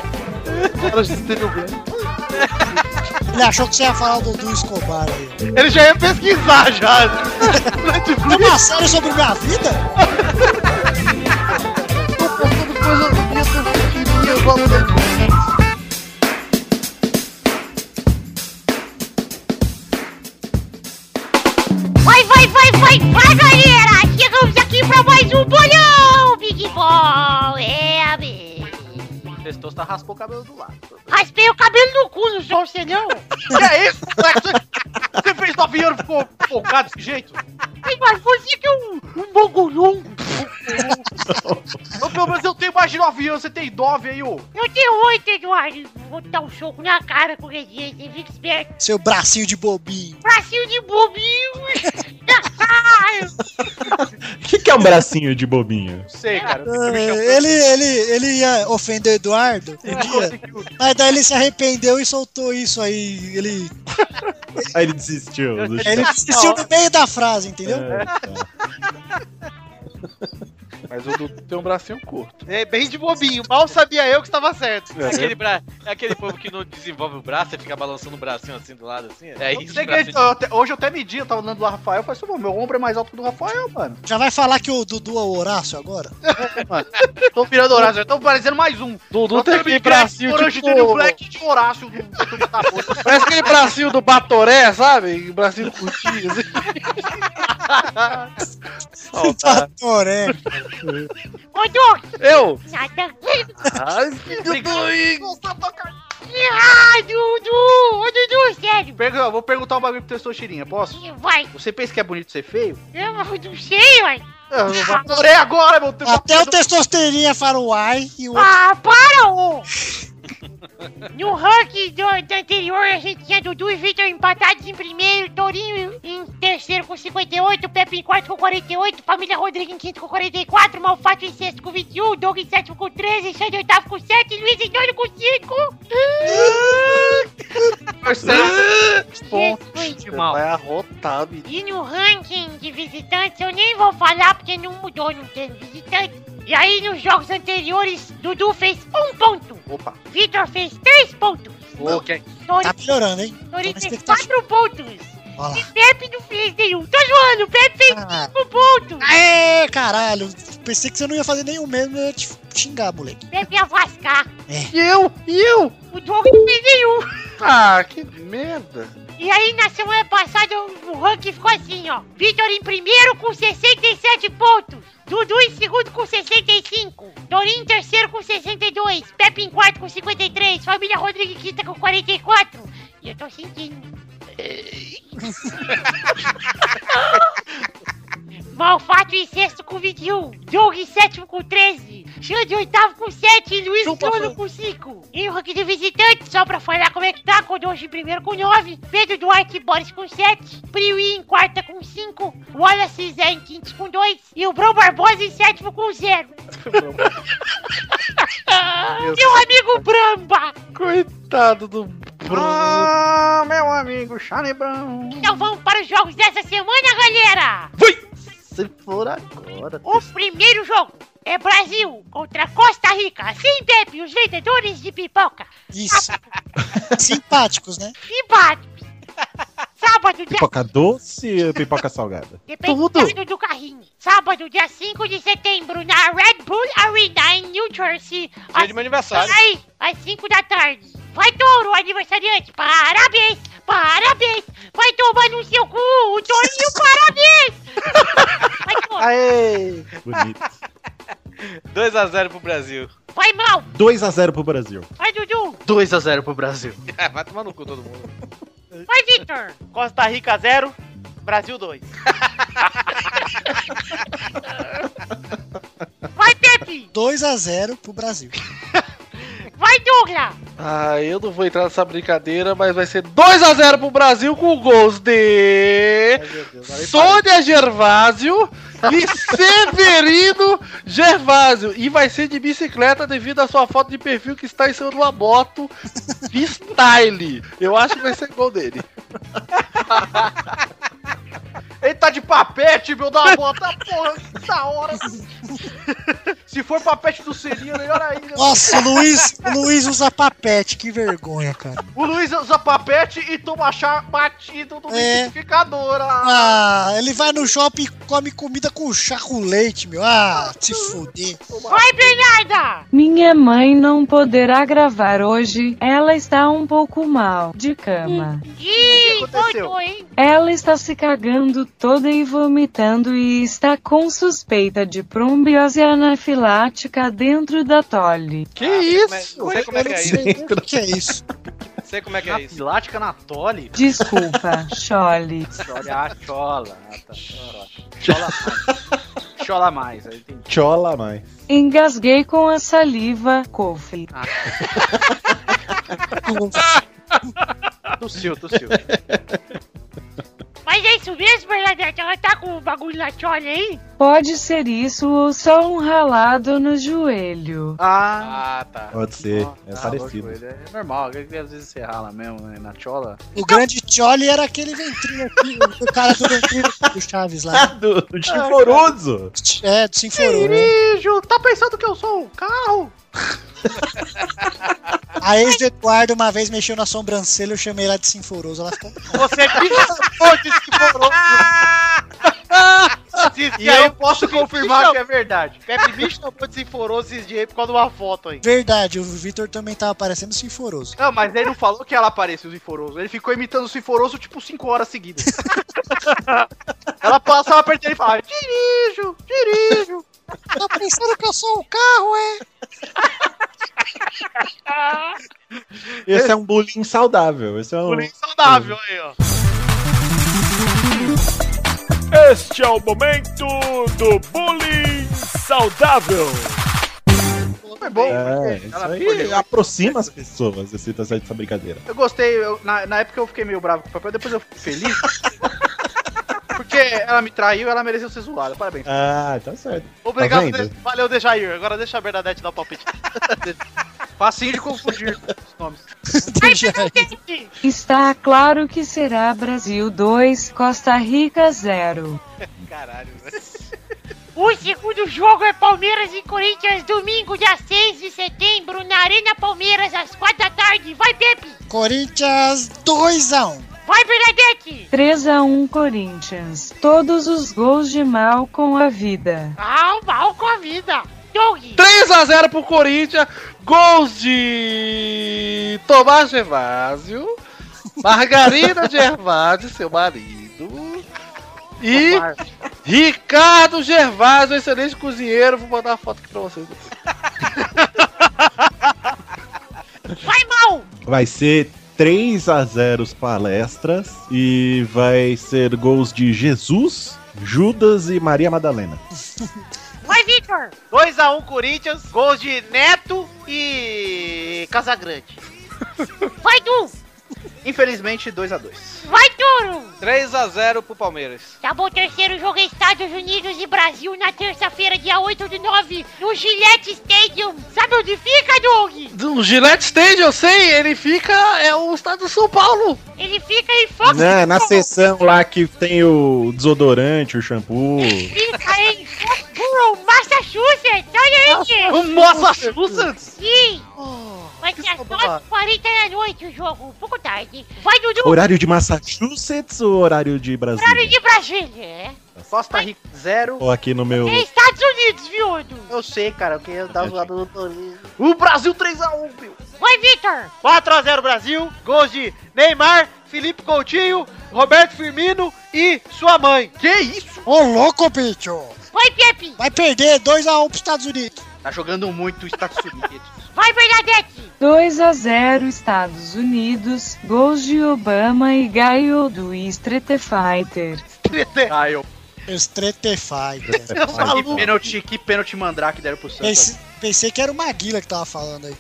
Ele achou que você ia falar do Dudu Escobar aí. Ele já ia pesquisar já. *laughs* Netflix. Tá passando sobre minha vida? Vai, vai, vai, vai, vai, galera! Chegamos aqui pra mais um bolhão, Big Ball! É, amigo! Testosta tá raspou o cabelo do lado. Raspei o cabelo no cu, não sou você não? Que é isso, moleque? Você- Você fez nove anos e ficou focado desse jeito? Ai, mas você que é um, um mongolão! Eu, pelo menos eu tenho mais de nove anos, você tem nove aí, ô. Eu tenho oito, Eduardo! Vou dar um soco na cara com esse jeito, hein? fica esperto! Seu bracinho de bobinho. Bracinho de bobinho! O que, que é um bracinho de bobinho? Sei, cara. É, Ele, ele, ele ia ofender o Eduardo um dia, mas daí ele se arrependeu e soltou isso aí. Ele, Aí ele desistiu. ele tá desistiu no meio da frase, entendeu? É, tá. Mas o Dudu tem um bracinho curto. É bem de bobinho. Mal sabia eu que estava certo. É aquele, bra... é aquele povo que não desenvolve o braço e fica balançando o bracinho assim do lado, assim? É isso, Você que- bracinho de- eu até- hoje eu até medi, eu tava andando do Rafael, eu falei assim, "Pô, meu ombro é mais alto que o do Rafael, mano. Já vai falar que o Dudu é o Horácio agora? Tô virando horário. Horácio, eu tô parecendo mais um. Dudu Nós tem temos aquele Jack bracinho Orange Daniel tipo... Black de Horácio do do Tony *laughs* Tabosa. Parece aquele bracinho do Batoré, sabe? Bracinho curtinho, assim. tá. *laughs* Toré. *laughs* Ô, Doc! Eu? Nada! Ai, filho Ah, Dudu! Ô, Dudu, sério! Pergu- eu Vou perguntar um bagulho pro Testostirinha, posso? Vai! Você pensa que é bonito ser feio? Eu não sei, ué! Ah, Adorei agora, meu Deus. Até o testosterinha falou uai e o outro. Ah, para, ô! No ranking do, do anterior, a gente tinha Dudu e Vitor empatados em primeiro, Tourinho em em terceiro com 58, Pepe em quarto com 48, Família Rodrigo em quinto com 44, Malfato em sexto com 21, Doug em sétimo com 13, Xande em oitavo com 7, Luiz em nono com 5. Ah! Jesus. Vai arrotar, bicho. E no ranking de visitantes, eu nem vou falar porque não mudou, não tem visitante. E aí nos jogos anteriores, Dudu fez um ponto, Opa. Vitor fez três pontos, Ok. Tá Tourinho piorando, hein? Torinho Mas tem fez que tá- 4 pontos. Olha E Pepe não fez nenhum. Tá zoando, o Pepe fez lá. Ah, 5 pontos. Aê, caralho. Pensei que você não ia fazer nenhum mesmo, eu ia te xingar, moleque. Pepe ia vascar. É. E eu? E eu? O Diogo não fez nenhum. Ah, que merda. E aí, na semana passada, o o ranking ficou assim, ó. Vitor em primeiro com 67 pontos. Dudu em segundo com 65. Torinho em terceiro com 62. Pepe em quarto com 53. Família Rodrigues em quinta com 44. E eu tô sentindo. Malfato em sexto com 21. Doug em sétimo com 13. Xande em oitavo com 7. E Luiz Chupa, nono Xande. com 5. E o ranking de visitantes, só pra falar como é que tá, Kodoshi em primeiro com 9. Pedro Duarte e Boris com 7. Priui em quarta com 5. Wallace e Zé em quinto com 2. E o Brão Barbosa em sétimo com 0. Meu amigo Bramba! Coitado do Ah, meu amigo Charlie Brown. Então vamos para os jogos dessa semana, galera! Se for agora. O primeiro jogo é Brasil contra Costa Rica. Sim, Pepe, os vendedores de pipoca. *laughs* Isso. Simpáticos, né? E *laughs* bate. Sábado, dia... Pipoca doce ou pipoca salgada? Depende do tamanho do carrinho. Sábado, dia 5 de setembro, na Red Bull Arena, em New Jersey. Dia de meu aniversário. Aí, às 5 da tarde. Vai, touro, aniversariante! Parabéns! Parabéns! Vai tomar no seu cu! O Torinho, *laughs* parabéns! Vai, touro! Aê! Bonito. 2x0 pro Brasil. Vai mal! 2x0 pro Brasil. Vai, Dudu! 2x0 pro Brasil. É, Vai tomar no cu todo mundo. Vai, Victor! Costa Rica 0, Brasil 2. Vai, Pepe! 2x0 pro Brasil. Vai, Douglas! Ah, eu não vou entrar nessa brincadeira, mas vai ser 2x0 pro Brasil com gols de. Sônia Gervásio e Severino Gervásio. E vai ser de bicicleta devido à sua foto de perfil que está em cima de uma moto freestyle. Eu acho que vai ser gol dele. Ele tá de papete, meu, *laughs* dá uma bota, porra, que da hora. Se for papete do Celino, melhor ainda. Nossa, o Luiz, o Luiz usa papete, que vergonha, cara. O Luiz usa papete e toma chá batido do É. liquidificador. ah. Ah, ele vai no shopping e come comida com chá com leite, meu. Ah, se fuder. Vai, Bernarda! Minha mãe não poderá gravar hoje, ela está um pouco mal de cama. Ih, aconteceu? voltou, hein? Ela está se cagando toda e vomitando e está com suspeita de trombiose anafilática dentro da tole. Que isso? Ah, Sei como é que é isso. sei nem o que é isso. Sei como é que Na é isso. pilática na Tole. Desculpa, Chole. Olha a chola. Ah, tá. Chola mais. Chola mais, aí entendi. Chola mais. Engasguei com a saliva, Kofi. Tossiu, tossiu. Mas é isso mesmo, Bernadette? Ela tá com o bagulho na chola aí? Pode ser isso ou só um ralado no joelho. Ah, Ah, tá. Pode ser. é ah, parecido. louco, ele É normal, às vezes você rala mesmo né, na chola. O grande Tcholi era aquele ventrilo aqui, o cara do ventrilo do Chaves lá. Ah, do, do Chiforoso. É, do Sinforoso. Bicho, tá pensando que eu sou um carro? A ex do Eduardo uma vez mexeu na sobrancelha, eu chamei ela de Sinforoso. Ela ficou. Você pisou, disse que morou. E eu posso confirmar que é verdade. Pepe me chamou de sinforoso esses dias aí por causa de uma foto aí. Verdade, o Vitor também tava parecendo Sinforoso. Não, mas ele não falou que ela apareceu o Sinforoso. Ele ficou imitando o Sinforoso tipo 5 horas *laughs* seguidas. Ela passava perto dele e falava, dirijo, dirijo. Tá pensando que eu sou um carro, é? Esse é um bullying saudável. Esse é um. Bullying saudável aí, ó. Este é o momento do bullying saudável. Foi bom. É, porque isso ela aí foi- aproxima as pessoas esse essa essa brincadeira. Eu gostei, eu- na, na época eu fiquei meio bravo com o papel, depois eu fiquei *laughs* feliz. Porque ela me traiu, ela mereceu ser zoada. Parabéns. Ah, tá certo. Obrigado, vendo? De- valeu, Dejair. Agora deixa a Bernadette dar o palpite. *laughs* Facinho de confundir os nomes. Gente, Está claro que será Brasil 2, Costa Rica 0. Caralho, velho. O segundo jogo é Palmeiras e Corinthians, domingo, dia 6 de setembro, na Arena Palmeiras, às 4 da tarde. Vai, Pepe! Corinthians 2x1. Vai, Bernadette! 3 a 1 Corinthians. Todos os gols de mal com a vida. Ah, o mal com a vida! Doug! 3x0 pro Corinthians, gols de Tomás Gervásio, Margarida Gervásio, seu marido, e Ricardo Gervásio, excelente cozinheiro. Vou mandar a foto aqui pra vocês. Vai mal! Vai ser 3 a 0 os palestras e vai ser gols de Jesus, Judas e Maria Madalena. Vai, Victor! 2x1 Corinthians, gols de Neto e Casagrande. Vai, Du! Infelizmente, 2x2. Vai, Toro! 3x0 pro Palmeiras. Tá bom, terceiro jogo é Estados Unidos e Brasil na terça-feira, dia 8 de 9, no Gillette Stadium. Sabe onde fica, Doug? O Gillette Stadium, eu sei, ele fica. É o estado de São Paulo. Ele fica em Fox. Na, Né, na Sports. seção lá que tem o desodorante, o shampoo. Fica em Foxborough, Massachusetts. Olha aí, gente. O Massachusetts? Sim! Vai ser às 9h40 da noite o jogo, um pouco tarde. Vai, Dudu! Horário de Massachusetts ou horário de Horário Brasília? de Brasília, é? Costa Rica, zero. Tô aqui no meu. É Estados Unidos, viúdo! Eu sei, cara, porque eu tava do lado do Torinho. O Brasil 3x1, meu. Vai, Vitor! 4x0 Brasil, gols de Neymar, Felipe Coutinho, Roberto Firmino e sua mãe. Que isso? Ô, louco, bicho! Vai, Pepe! Vai perder 2x1 pros Estados Unidos. Tá jogando muito os Estados Unidos. Vai, Bernadette! 2 a 0 Estados Unidos, gols de Obama e Gaio do Street Fighter. ah, eu. *laughs* Street Fighter. Mas que pênalti, que pênalti mandrar que deram pro Santos. Pense- pensei que era o Maguila que tava falando aí.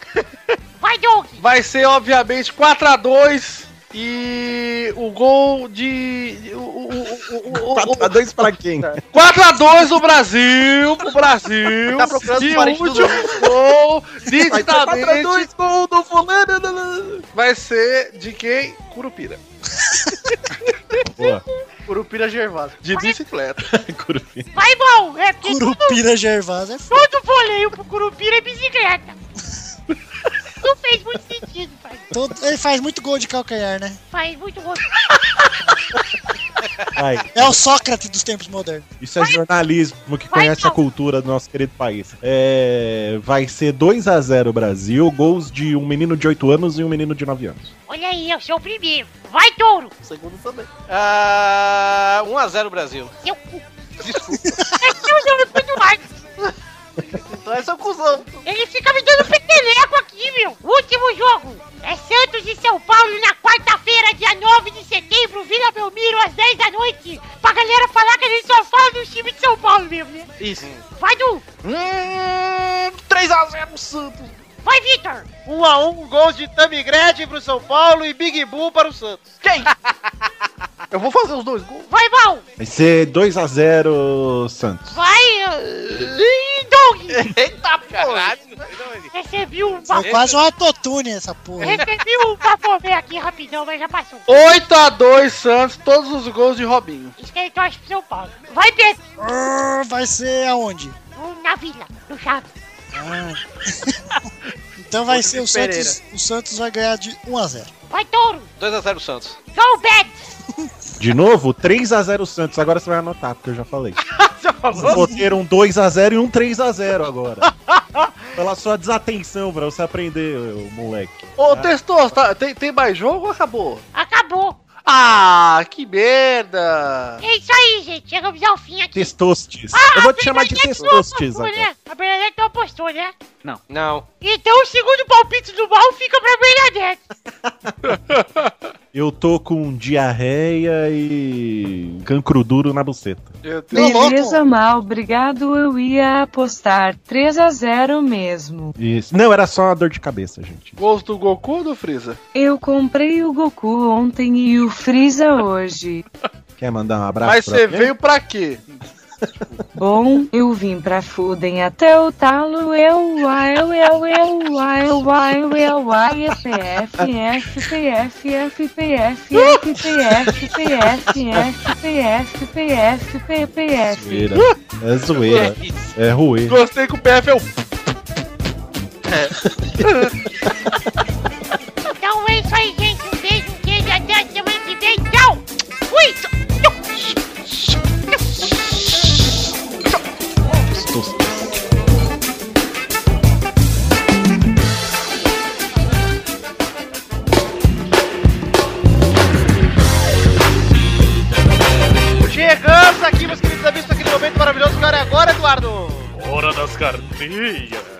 Vai, Doug! Vai ser, obviamente, 4x2. E o gol de. o- o- o- o- o- o- 4x2 pra quem? *laughs* 4x2 o Brasil, pro Brasil. Tá procurando e os o parentes do último gol, Exatamente. nitidamente, gol do né, fulano. vai ser de quem? *laughs* Curupira. Boa. Curupira Gervásio. De bicicleta. Curupira. Vai, bom! É porque Curupira Gervásio é foda. todo voleio pro Curupira é bicicleta. Não fez muito sentido, faz, Todo- Ele faz muito gol de calcanhar, né? faz muito gosto. Vai. É o Sócrates dos tempos modernos. Isso é jornalismo Vai, então. que conhece Paulo. a cultura do nosso querido país. É, vai ser 2x0 Brasil, gols de um menino de 8 anos e um menino de 9 anos. Olha aí, eu sou o primeiro. Vai, touro! Segundo também. Ah, 1x0 Brasil. Seu cu. Desculpa. É que eu não me aguento mais. Então é seu cuzão. Ele fica me dando peteleco aqui, meu. Último jogo. É Santos e São Paulo na quarta-feira, dia 9 de setembro, Vila Belmiro, às 10 da noite. Pra galera falar que a gente só fala do time de São Paulo mesmo, né? Isso. Vai, Du. Hum, 3x0 Santos. Vai, Vitor. 1x1, gols de Tamigrete pro São Paulo e Big Bull para o Santos. Eu vou fazer os dois gols. Vai, Val. Vai ser 2x0 Santos. Vai, eh, Doug. Eita porra. Caralho. Recebi um... Foi quase um autotune essa porra. Recebi um bafomé aqui rapidão, mas já passou. 8x2 Santos, todos os gols de Robinho. Isso que ele torce pro São Paulo. Vai, Pepe. Ah, Vai ser aonde? Um Na vila, no Chaves. Ah. Então vai ser o Pereira. Santos. O Santos vai ganhar de 1x0. Vai, touro. 2x0 Santos. Go, Bats. De novo, 3x0 Santos. Agora você vai anotar, porque eu *laughs* já falei. Você falou? Botei um 2x0 e um 3x0 *laughs* agora. Pela sua desatenção, pra você aprender, ô, Ah, moleque. Ô, Testor, tá- tem, tem mais jogo ou acabou? Acabou. Ah, que merda! É isso aí, gente. Chegamos ao fim aqui. Testostes. eu vou te chamar de Bernadette não Testostes apostou, agora. né? A Bernadette não apostou, né? Não. Então o segundo palpite do mal fica pra Bernadette. Eu tô com diarreia e cancro duro na buceta. Tá Beleza, mal, obrigado. Eu ia apostar 3 a 0 mesmo. Isso. Não, era só uma dor de cabeça, gente. Gols do Goku ou do Freeza? Eu comprei o Goku ontem e o Freeza hoje. Quer mandar um abraço? Mas pra você mim? veio pra quê? Bom, eu vim pra Fudem até o talo. Eu, ai, eu, eu, eu, ai, eu, ai, eu, eu, ai, FF, FPF, FPF, FPF, FPF, FPF, FPF. Zoeira. É zoeira. É ruim. Gostei que o PF é o Então é isso aí, gente. Um beijo, um queijo. Até a semana que vem. Tchau. Fui. Chegamos aqui, meus queridos amigos, naquele momento maravilhoso. Que hora é agora, Eduardo? Hora das cartinhas.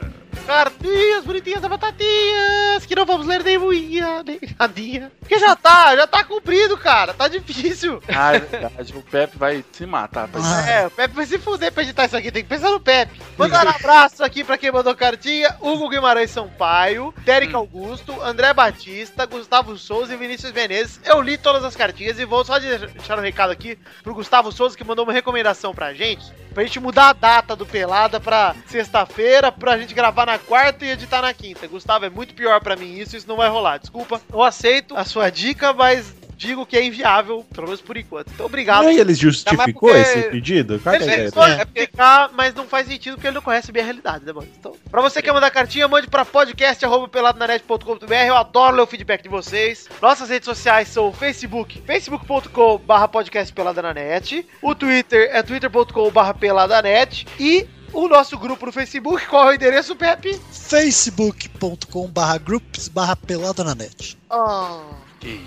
Cartinhas bonitinhas da batatinhas, que não vamos ler nem moinha, nem *laughs* radinha. Porque já tá, já tá cumprido, cara. Tá difícil. Ah, é verdade. O Pepe vai se matar. Tá? Ah, É, o Pepe vai se fuder pra editar isso aqui, tem que pensar no Pepe. Mandar um abraço aqui pra quem mandou cartinha: Hugo Guimarães Sampaio, Derek Augusto, André Batista, Gustavo Souza e Vinícius Menezes. Eu li todas as cartinhas e vou só deixar um recado aqui pro Gustavo Souza que mandou uma recomendação pra gente, pra gente mudar a data do Pelada pra sexta-feira, pra gente gravar na quarta e editar na quinta. Gustavo, é muito pior pra mim isso, isso não vai rolar. Desculpa, eu aceito a sua dica, mas digo que é inviável, pelo menos por enquanto. Então, obrigado. E aí, é eles justificou porque- esse pedido? Qual que Ele é a é, ideia? pode explicar, mas não faz sentido porque ele não conhece bem a realidade, né, mano? Então, pra você que quer mandar cartinha, mande pra podcast.peladonanet.com.br. Eu adoro ler o feedback de vocês. Nossas redes sociais são o Facebook, facebook.com.br podcastpeladanet. O Twitter é twitter.com.br peladanet. E o nosso grupo no Facebook, qual é o endereço, Pepe? facebook.com barra groups barra pelada na net. Oh, Que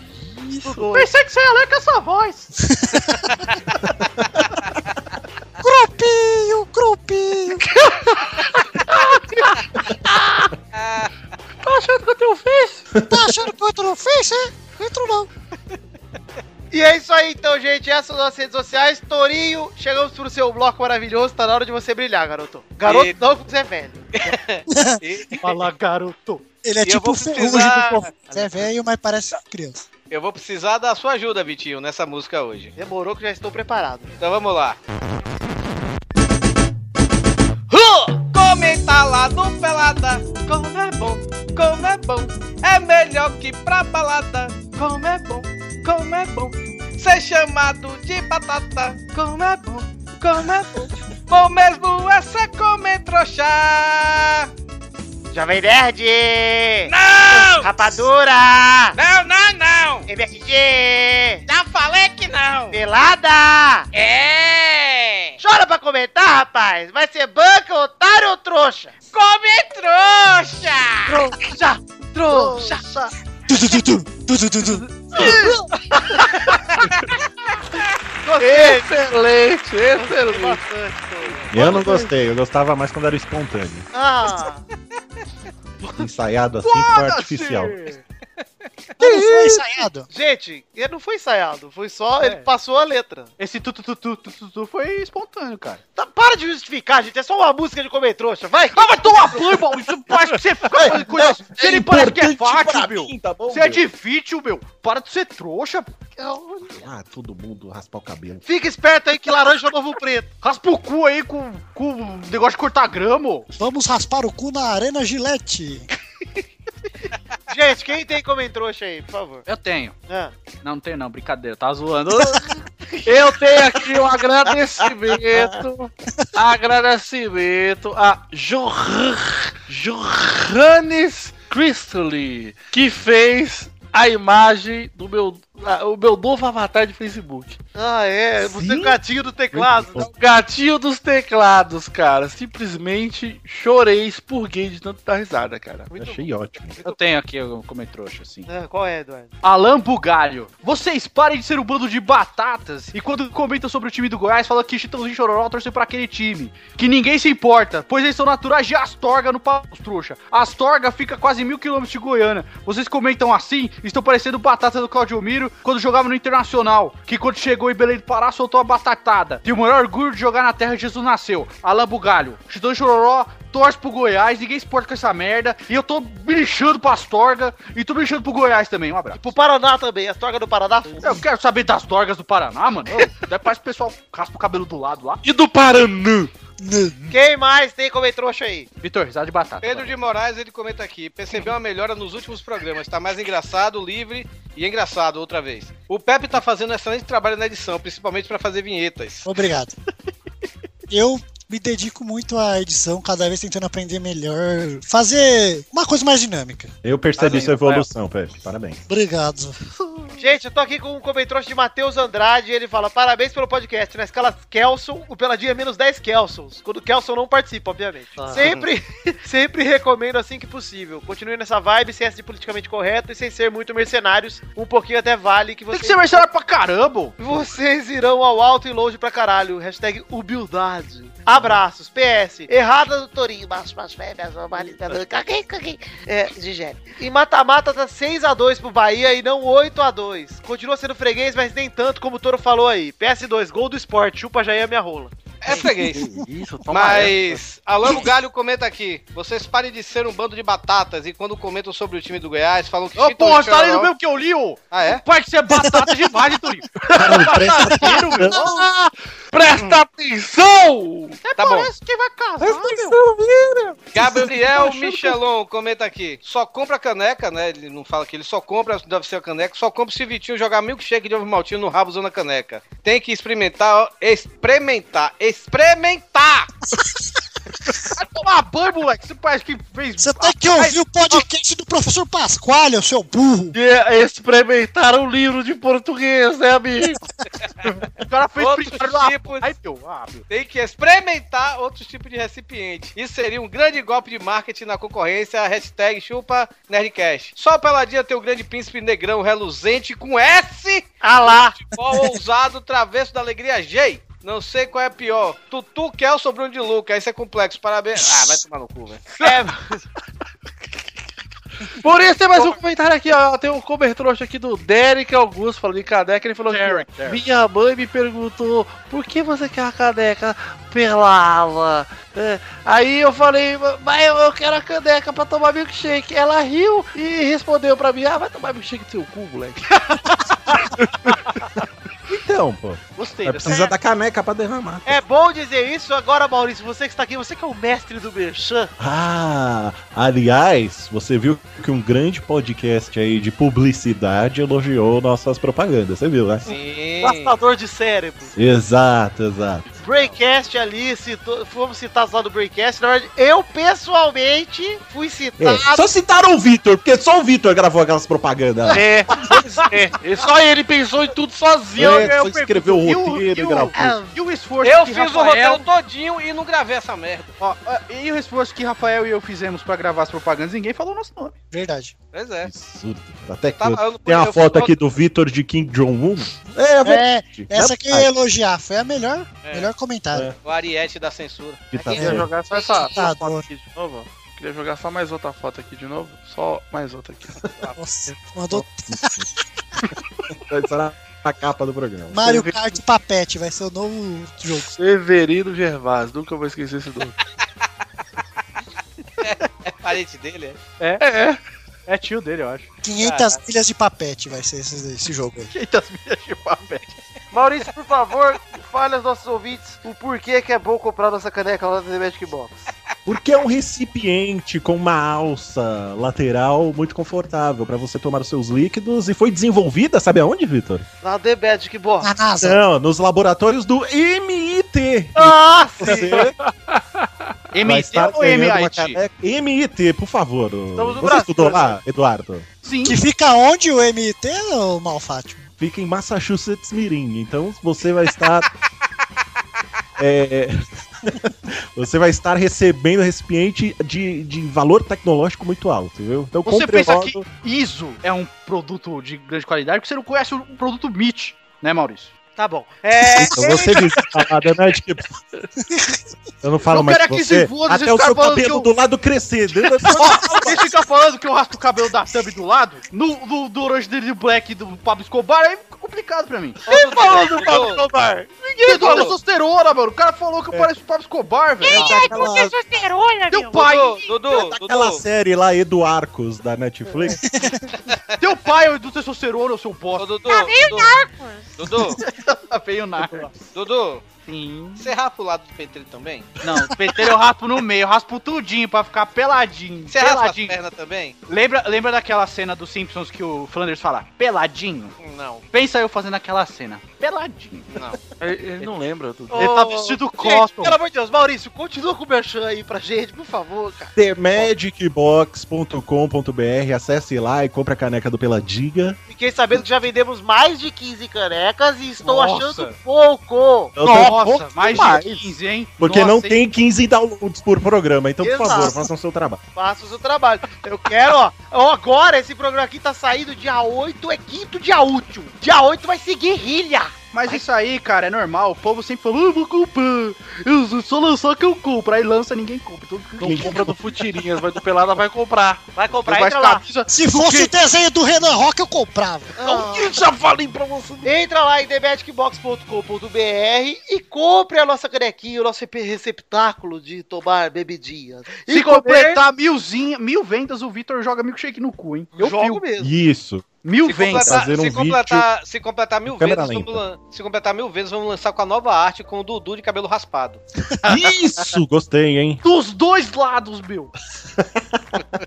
isso? Pensei que você ia ler com a sua voz. Grupinho, grupinho. Tá achando que eu tenho face? Tá achando que eu entro no Face, é? Entro não. E é isso aí, então, gente. Essas são nossas redes sociais. Torinho, chegamos pro seu bloco maravilhoso. Tá na hora de você brilhar, garoto. Garoto, E- não, você é velho. É Fala, garoto. Ele é E eu tipo vou o ferrugem precisar- do povo. É velho, mas parece criança. Eu vou precisar da sua ajuda, Vitinho, nessa música hoje. Demorou que já estou preparado. Então vamos lá. Huh! Comentar lá no Pelada, como é bom, como é bom. É melhor que pra balada, como é bom, como é bom. Ser chamado de batata, como é bom, como é bom. Bom mesmo é ser comer trouxa. Jovem Nerd! Não! Rapadura! Não, não, não! MSG! Já falei que não! Pelada! É! Chora pra comentar, rapaz! Vai ser banca, otário ou trouxa? Come trouxa! Trouxa! Trouxa! Tu, tu, tu, tu, tu, tu, *laughs* tu, tu. Gostei! Excelente, excelente. Eu não gostei, eu gostava mais quando era espontâneo. *laughs* Ah! Ensaiado assim com artificial. Ah, não foi ensaiado. Gente, ele não foi ensaiado, foi só. Ele passou a letra. É. Esse tu tu tu tu tu, tu, tu foi espontâneo, cara. Tá, para de justificar, gente. É só uma música de comer trouxa, vai! Ah, vai tomar banho, irmão. Isso parece que você fica fazendo coisa. Você nem parece que é fácil, meu. tá Você é difícil, meu. Para de ser trouxa. pô. Ah, todo mundo raspar o cabelo. É Fica esperto aí que laranja é o novo preto. Raspa o cu aí com, com um negócio de cortar grama. ô. Vamos raspar o cu na Arena Gillette. Gente, quem tem comer trouxa aí, por favor? Eu tenho. Ah. Não, não tenho não. Brincadeira. Tá zoando. *laughs* Eu tenho aqui um agradecimento, agradecimento a Johan- Johannes Christley, que fez a imagem do meu, a- o meu novo avatar de Facebook. Ah, é, você é o gatinho do teclado. Muito né? bom. Gatinho dos teclados, cara. Simplesmente chorei, expurguei de tanto dar risada, cara. Muito Achei ótimo. Eu tenho aqui um comentário assim. Ah, qual é, Eduardo? Alan Bugalho, vocês parem de ser um bando de batatas e quando comentam sobre o time do Goiás, falam que Chitãozinho Chororó torceu pra aquele time. Que ninguém se importa, pois eles são naturais de Astorga no pau, trouxa. Astorga fica a quase mil quilômetros de Goiânia. Vocês comentam assim, estão parecendo batata do Claudio Miro quando jogava no Internacional, que quando chegou em Belém do Pará soltou a batatada. Tem o maior orgulho de jogar na terra onde Jesus nasceu. Alan Bugalho, Chitãozinho Chororó torce pro Goiás, ninguém se importa com essa merda, e eu tô me lixando pro Astorga e tô me lixando pro Goiás também, um abraço. Pro Paraná também, as torgas do Paraná. Eu quero saber das torgas do Paraná, mano. Ô, Daí parece que o pessoal raspa o cabelo do lado lá. E do Paranã. Nã. Quem mais tem comer trouxa aí? Vitor, risada de batata. Pedro de Moraes, ele comenta aqui, percebeu uma melhora nos últimos programas, tá mais engraçado, livre e engraçado outra vez. O Pepe tá fazendo um excelente trabalho na edição, principalmente pra fazer vinhetas. Obrigado. Eu me dedico muito à edição, cada vez tentando aprender melhor, fazer uma coisa mais dinâmica. Eu percebi Fazem, sua evolução, Pepe. Parabéns. Obrigado. Gente, eu tô aqui com um comer trouxa de Matheus Andrade. Ele fala: parabéns pelo podcast. Na escala Kelson, o Peladinha é menos 10 Kelsons. Quando o Kelson não participa, obviamente. Ah. Sempre, *laughs* sempre recomendo assim que possível. Continue nessa vibe, sem essa de politicamente correto e sem ser muito mercenários. Um pouquinho até vale que Tem que vocês. ser mercenário pra caramba. ô. Vocês irão ao alto e longe pra caralho. Hashtag humildade. Abraços. PS. Errada do Torinho. Baixo, baixo, férias, normalizador. Caguei, caguei. É, digere. Em mata-mata tá 6x2 pro Bahia e não 8x2. Continua sendo freguês, mas nem tanto como o Toro falou aí. PS2, gol do esporte. Chupa já é minha rola. É freguês. Mas Alano Galho comenta aqui: vocês parem de ser um bando de batatas e quando comentam sobre o time do Goiás, falam que. Ô, Chiton porra, você tá lendo Chororó- mesmo que eu li, ô? Ah, é? Pai, que você é batata demais, *laughs* Turinho. Cara, Batateiro, meu irmão. Presta atenção! Tá bom. Hum. É que vai casar, meu. Gabriel Michelon comenta aqui. Só compra caneca, né? Ele não fala que ele só compra, deve ser a caneca. Só compra se Vitinho jogar milkshake de ovo maltinho no rabo usando a caneca. Tem que experimentar, experimentar, experimentar! Vai tomar banho, moleque. Você parece que fez. Você tá- tem que ouvir o podcast do professor Pascoalho, seu burro. E experimentaram o livro de português, né, amigo? O cara fez Outros brincar lá. tipos- Ai, meu. Ah, meu. Tem que experimentar outros tipos de recipiente. Isso seria um grande golpe de marketing na concorrência. Hashtag chupa Nerdcast. Só a peladinha tem o grande príncipe negrão reluzente com S. Ah lá. Futebol ousado, travesso da alegria G. Não sei qual é pior. Tutu, Kelson, Bruno de Luca. Isso é complexo. Parabéns. Ah, vai tomar no cu, velho. Por isso tem mais um comentário aqui, ó. Tem um cobertrouxa aqui do Derek Augusto falando de caneca. Ele falou Derek, que Derek. minha mãe me perguntou por que você quer a caneca pelada. É, Aí eu falei, mas eu, eu quero a caneca pra tomar milkshake. Ela riu e respondeu pra mim: Ah, vai tomar milkshake no seu cu, moleque. Então, pô. *laughs* Gostei. Vai precisar da caneca pra derramar. É bom dizer isso agora, Maurício. Você que está aqui, você que é o mestre do Merchan. Ah, aliás, você viu que um grande podcast aí de publicidade elogiou nossas propagandas, você viu, né? Sim. Gastador de cérebro. Exato, exato. Breakcast ali, citou, fomos citados lá do Breakcast. Na verdade, eu pessoalmente fui É, citado. só citaram o Vitor, porque só o Vitor gravou aquelas propagandas. lá. É, *laughs* é, E só ele pensou em tudo sozinho. É, eu- só escreveu o e o- roteiro e e o- gravou. É. E o esforço Eu que fiz o Rafael- roteiro todinho e não gravei essa merda. Ó, ó, e o esforço que Rafael e eu fizemos pra gravar as propagandas, ninguém falou nosso nome. Verdade. Pois é. Absurdo. Até que Tá, eu não- tem eu a fiz foto o- aqui do Vitor de King Jong-un. É, É, verdade. essa que eu ia é elogiar. Foi a melhor, É. melhor comentário. O Ariete da censura. que tá Queria certo. jogar só essa. Tá, foto adoro. aqui de novo, ó. Queria jogar só mais outra foto aqui de novo. Só mais outra aqui. tá Nossa, mandou Né? Será a capa do programa. Mario Kart Papete, vai ser o novo jogo. *laughs* Severino Gervásio, nunca vou esquecer esse nome. É parente dele, é? É tio dele, eu acho. 500 milhas de papete vai ser esse, esse jogo aí. Maurício, por favor, fale aos nossos ouvintes o porquê que é bom comprar nossa caneca lá no Magic Box. Porque é um recipiente com uma alça lateral muito confortável pra você tomar os seus líquidos e foi desenvolvida, sabe aonde, Vitor? Na The Magic Box. Na NASA. Não, nos laboratórios do MIT. Ah, sim! Você vai MT estar ou ganhando uma MIT? caneca- MIT, por favor. Estamos no você Brasil, estudou lá, Eduardo? Sim. Que fica onde o MIT, ô Malfátio? Fica em Massachusetts Mirim, então você vai *laughs* estar... É, Você vai estar recebendo recipiente de, de valor tecnológico muito alto, viu? Então Você compre pensa logo. que- ISO é um produto de grande qualidade porque você não conhece o produto MIT, né, Maurício? Tá bom. *laughs* É, Então você visita lá, né, Nerd? Que- Eu não falo Eu mais quero com que você. se foda, Até você o tá seu falando que cabelo eu- do lado crescer. *laughs* né? Você fica falando que eu raspo o cabelo da Thumb do lado, no, no, do Orange dele Black e do Pablo Escobar, aí fica complicado pra mim. Quem falou do Pablo Escobar? Ninguém falou é falou? testosterona, mano. O cara falou É. que eu pareço o Pablo Escobar, velho. Tá É, aquela- Testosterona, Teu meu. pai, Dudu, Dudu, tá Dudu. Aquela série lá, Eduarcos, da Netflix. teu pai é o do testosterona, eu sou Ô, bosta. Dudu, Tá meio Dudu, narcos. Dudu, Feio nada. Dudu, Sim. você rapa o lado do Petri também? Não, o peteiro eu raspo no meio, eu raspo tudinho pra ficar peladinho. Você raspa as peladinho. pernas também? Lembra, lembra daquela cena dos Simpsons que o Flanders fala, peladinho? Hum, Não, Pensa eu fazendo aquela cena, peladinho. não. Ele, É, ele não lembra, Dudu. Ô, Ele tá vestido gente, Cotton. Pelo amor de Deus, Maurício, continua com o Merchan aí pra gente, por favor, cara. TheMagicBox.com.br, acesse lá e compre a caneca do Peladiga. Fiquei sabendo que já vendemos mais de 15 canecas e estou Nossa. achando pouco. Eu Nossa, tô- um mais demais. de 15, hein? Porque Nossa, não hein? tem 15 downloads por programa, então, por Exato. favor, façam o seu trabalho. Faça o seu trabalho. Eu quero, ó. ó, Agora esse programa aqui tá saindo dia 8, é quinto dia útil. Dia 8 vai ser guerrilha. Mas isso aí, cara, é normal. O povo sempre falou, eu vou comprar. Eu só lançar que eu compro. Aí lança, ninguém compra. Então, Não compra do Futirinhas, mas do Pelada vai comprar. Vai comprar, Vai entra lá. camisa- Se fosse o Porque- desenho do Renan Rock, eu comprava. Eu já falei pra você. Ah. Entra lá em TheMagicBox.com.br e compre a nossa canequinha, o nosso receptáculo de tomar bebidinhas. Se E completar milzinha, mil vendas, o Vitor joga milkshake no cu, hein? Eu jogo fio. mesmo. Isso. Mil Se vendas. completar, Fazer um se, completar, se completar mil Câmera vezes, vamos lan- se completar mil vezes, vamos lançar com a nova arte com o Dudu de cabelo raspado. Isso, gostei, hein? Dos dois lados, meu. *laughs*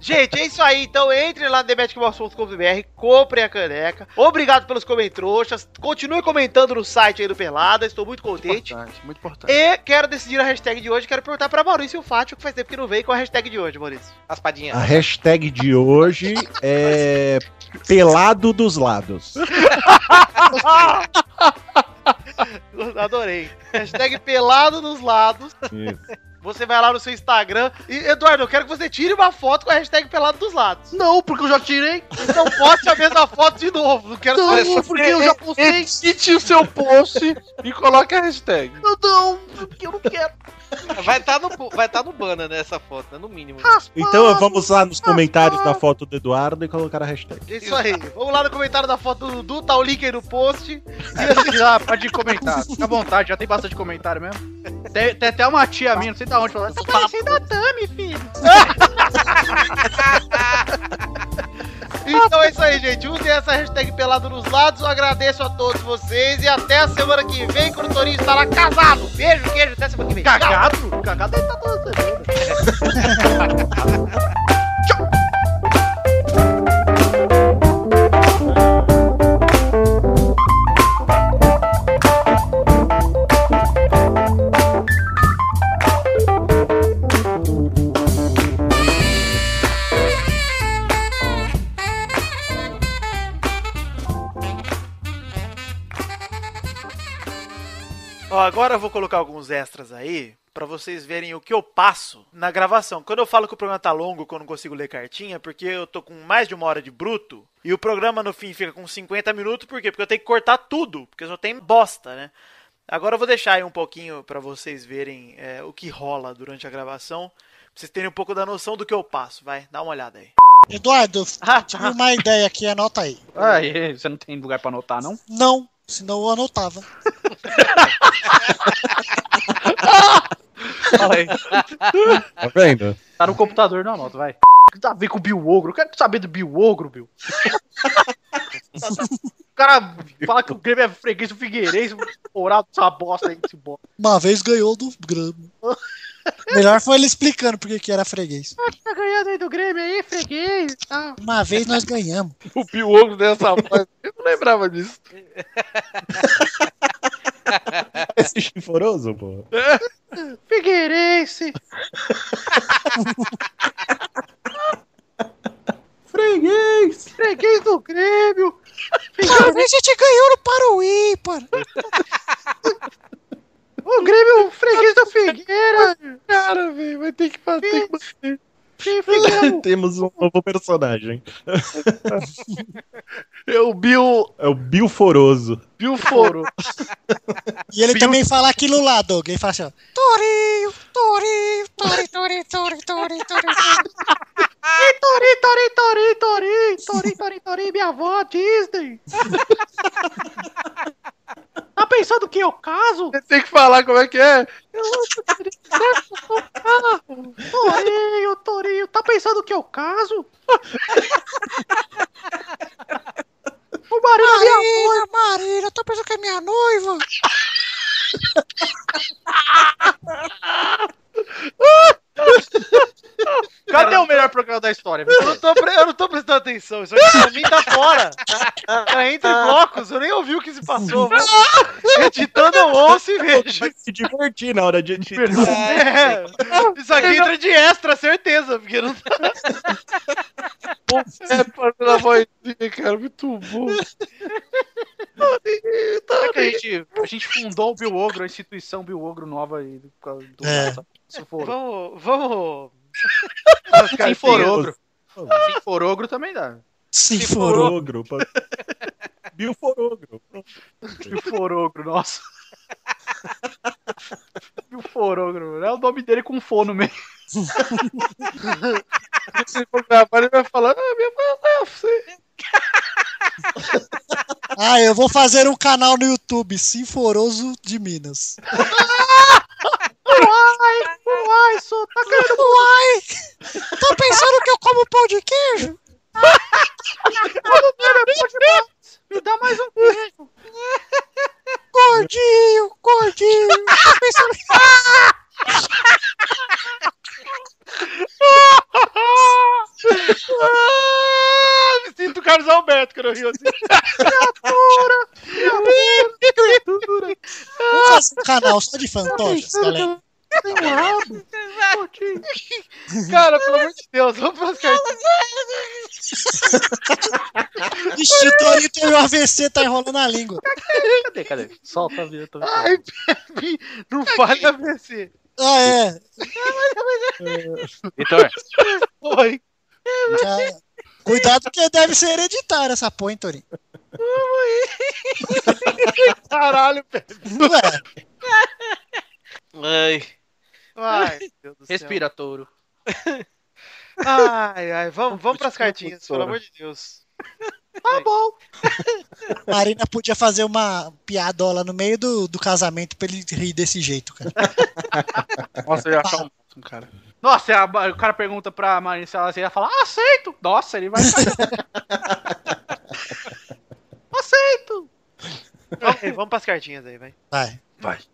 Gente, é isso aí. Então entre lá no TheMagicBox.com.br, compre a caneca. Obrigado pelos comentroxas. Continue comentando no site aí do Pelada. Estou muito contente. Importante, muito importante. E quero decidir a hashtag de hoje. Quero perguntar para Maurício Fátio, que faz tempo que não veio com a hashtag de hoje, Maurício. Raspadinha. A hashtag de hoje é pelado dos lados. Adorei. *laughs* Hashtag pelado nos lados. Você vai lá no seu Instagram. E, Eduardo, eu quero que você tire uma foto com a hashtag pelado dos lados. Não, porque eu já tirei. Então poste a mesma foto de novo. Não quero saber. Não, porque eu já postei. Edite o seu post e coloque a hashtag. Não, não, porque eu não quero. Vai estar no, vai tá no banner nessa foto, né? No mínimo. Então vamos lá nos comentários da foto do Eduardo e colocar a hashtag. Isso aí. Vamos lá no comentário da foto do Dudu, tá o link aí no post. *laughs* Assim, lá, pode comentar. Fica à vontade, já tem bastante comentário mesmo. Tem, tem até uma tia minha, não sei da onde, falando. Tá parecendo a Tami, filho. *laughs* Então é isso aí, gente. Usem essa hashtag pelado nos lados. Eu agradeço a todos vocês e até a semana que vem, quando o Torinho estará casado. Beijo, queijo, até semana que vem. Tchau. Cagado? Cagado ele tá toda semana. Ó, agora eu vou colocar alguns extras aí pra vocês verem o que eu passo na gravação. Quando eu falo que o programa tá longo, que eu não consigo ler cartinha, porque eu tô com mais de uma hora de bruto, e o programa no fim fica com 50 minutos, por quê? Porque eu tenho que cortar tudo, porque só tem bosta, né? Agora eu vou deixar aí um pouquinho pra vocês verem é, o que rola durante a gravação, pra vocês terem um pouco da noção do que eu passo, vai, dá uma olhada aí. Eduardo, tive uma ideia aqui, anota aí. Ah, e *laughs* você não tem lugar pra anotar, não? Não, senão eu anotava. Fala aí. Tá vendo? Tá no computador, não anota, vai. Tá a ver com o Bill Ogro? Eu quero saber do Bill Ogro, Bill. o cara fala que o Grêmio é freguês do Figueirense, orado essa bosta aí, esse bosta. Uma vez ganhou do Grêmio. Melhor foi ele explicando porque que era freguês. Tá ganhando aí do Grêmio aí, freguês e tal. Uma vez nós ganhamos. O Piogro dessa voz. Eu não lembrava disso. Esse chiforoso, pô. Figueirense. Freguês! Freguês do Grêmio. Uma vez Ah, a gente ganhou no Paruí, para. O Grêmio é um freguês do Figueira. Cara, velho, vai ter que fazer. *laughs* Temos um novo personagem. É o Bill. É o Bilforoso. Bill Foro. E ele também fala aquilo lá, Doug. Ele fala assim, ó. Torinho, Torinho, Torinho, Torinho, Torinho, Torinho, Torinho. Tori, Tori, Tori, Tori, Tori, Tori, Tori, minha avó, Disney. Tá pensando que eu caso? Você tem que falar como é que é. Torinho, Torinho, tá pensando que eu caso? O marido da minha Marina, Marina, tô pensando que é minha noiva. Cadê o melhor programa da história? Eu não tô, pre- eu não tô prestando atenção, isso aqui pra mim tá *laughs* fora. Tá entre blocos, eu nem ouvi o que se passou. Editando eu ouço e vejo. Vai se divertir na hora de editar. É, isso aqui entra de extra, certeza, porque não É, fazendo a vozinha, cara. Muito bom. Será que a gente, a gente fundou o Bill Ogro, a instituição Bill Ogro nova aí do, do É. se for. Vamos, vamos. Se for ogro. Se for ogro também dá. Se for. *laughs* Forogro. pô. Bilforogro. Bilforogro, nossa. Bilforogro, é o nome dele com fono mesmo. Se for gravar, ele vai falar, ah, minha mãe, eu sei. Ah, eu vou fazer um canal no YouTube, Sinforoso de Minas. Uai, uai, só tá caindo. Uai! Tá pensando que eu como pão de queijo? Me dá mais um queijo. Gordinho, gordinho. Tá pensando que... Ah, me sinto Carlos Alberto quando eu rio assim. Vamos fazer um canal só de Tá fantoches, galera. Cara, pelo amor de Deus, vamos pras cartinhas. Ixi, o Torinho teve um AVC, tá enrolando a língua. Cadê, cadê? Solta a vinheta. Ai, Pepe, não fale a VC. Ah, é. Vitor, Oi. Já- Cuidado que deve ser hereditário essa porra, hein, Torinho? Caralho, Pepe. Ué, ai, *laughs* Ai, meu Deus do céu. Respira, touro. Ai, ai, vamos, vamos pras cartinhas, pelo amor de Deus. Tá bom. Marina podia fazer uma piadola no meio do, do casamento pra ele rir desse jeito, cara. Nossa, eu ia achar um máximo, cara. Nossa, é e a- o cara pergunta pra Marina se ela se ela fala, aceito. Nossa, ele vai *laughs* cair. aceito. Ok, vamos pras cartinhas aí, vai. Vai. Vai.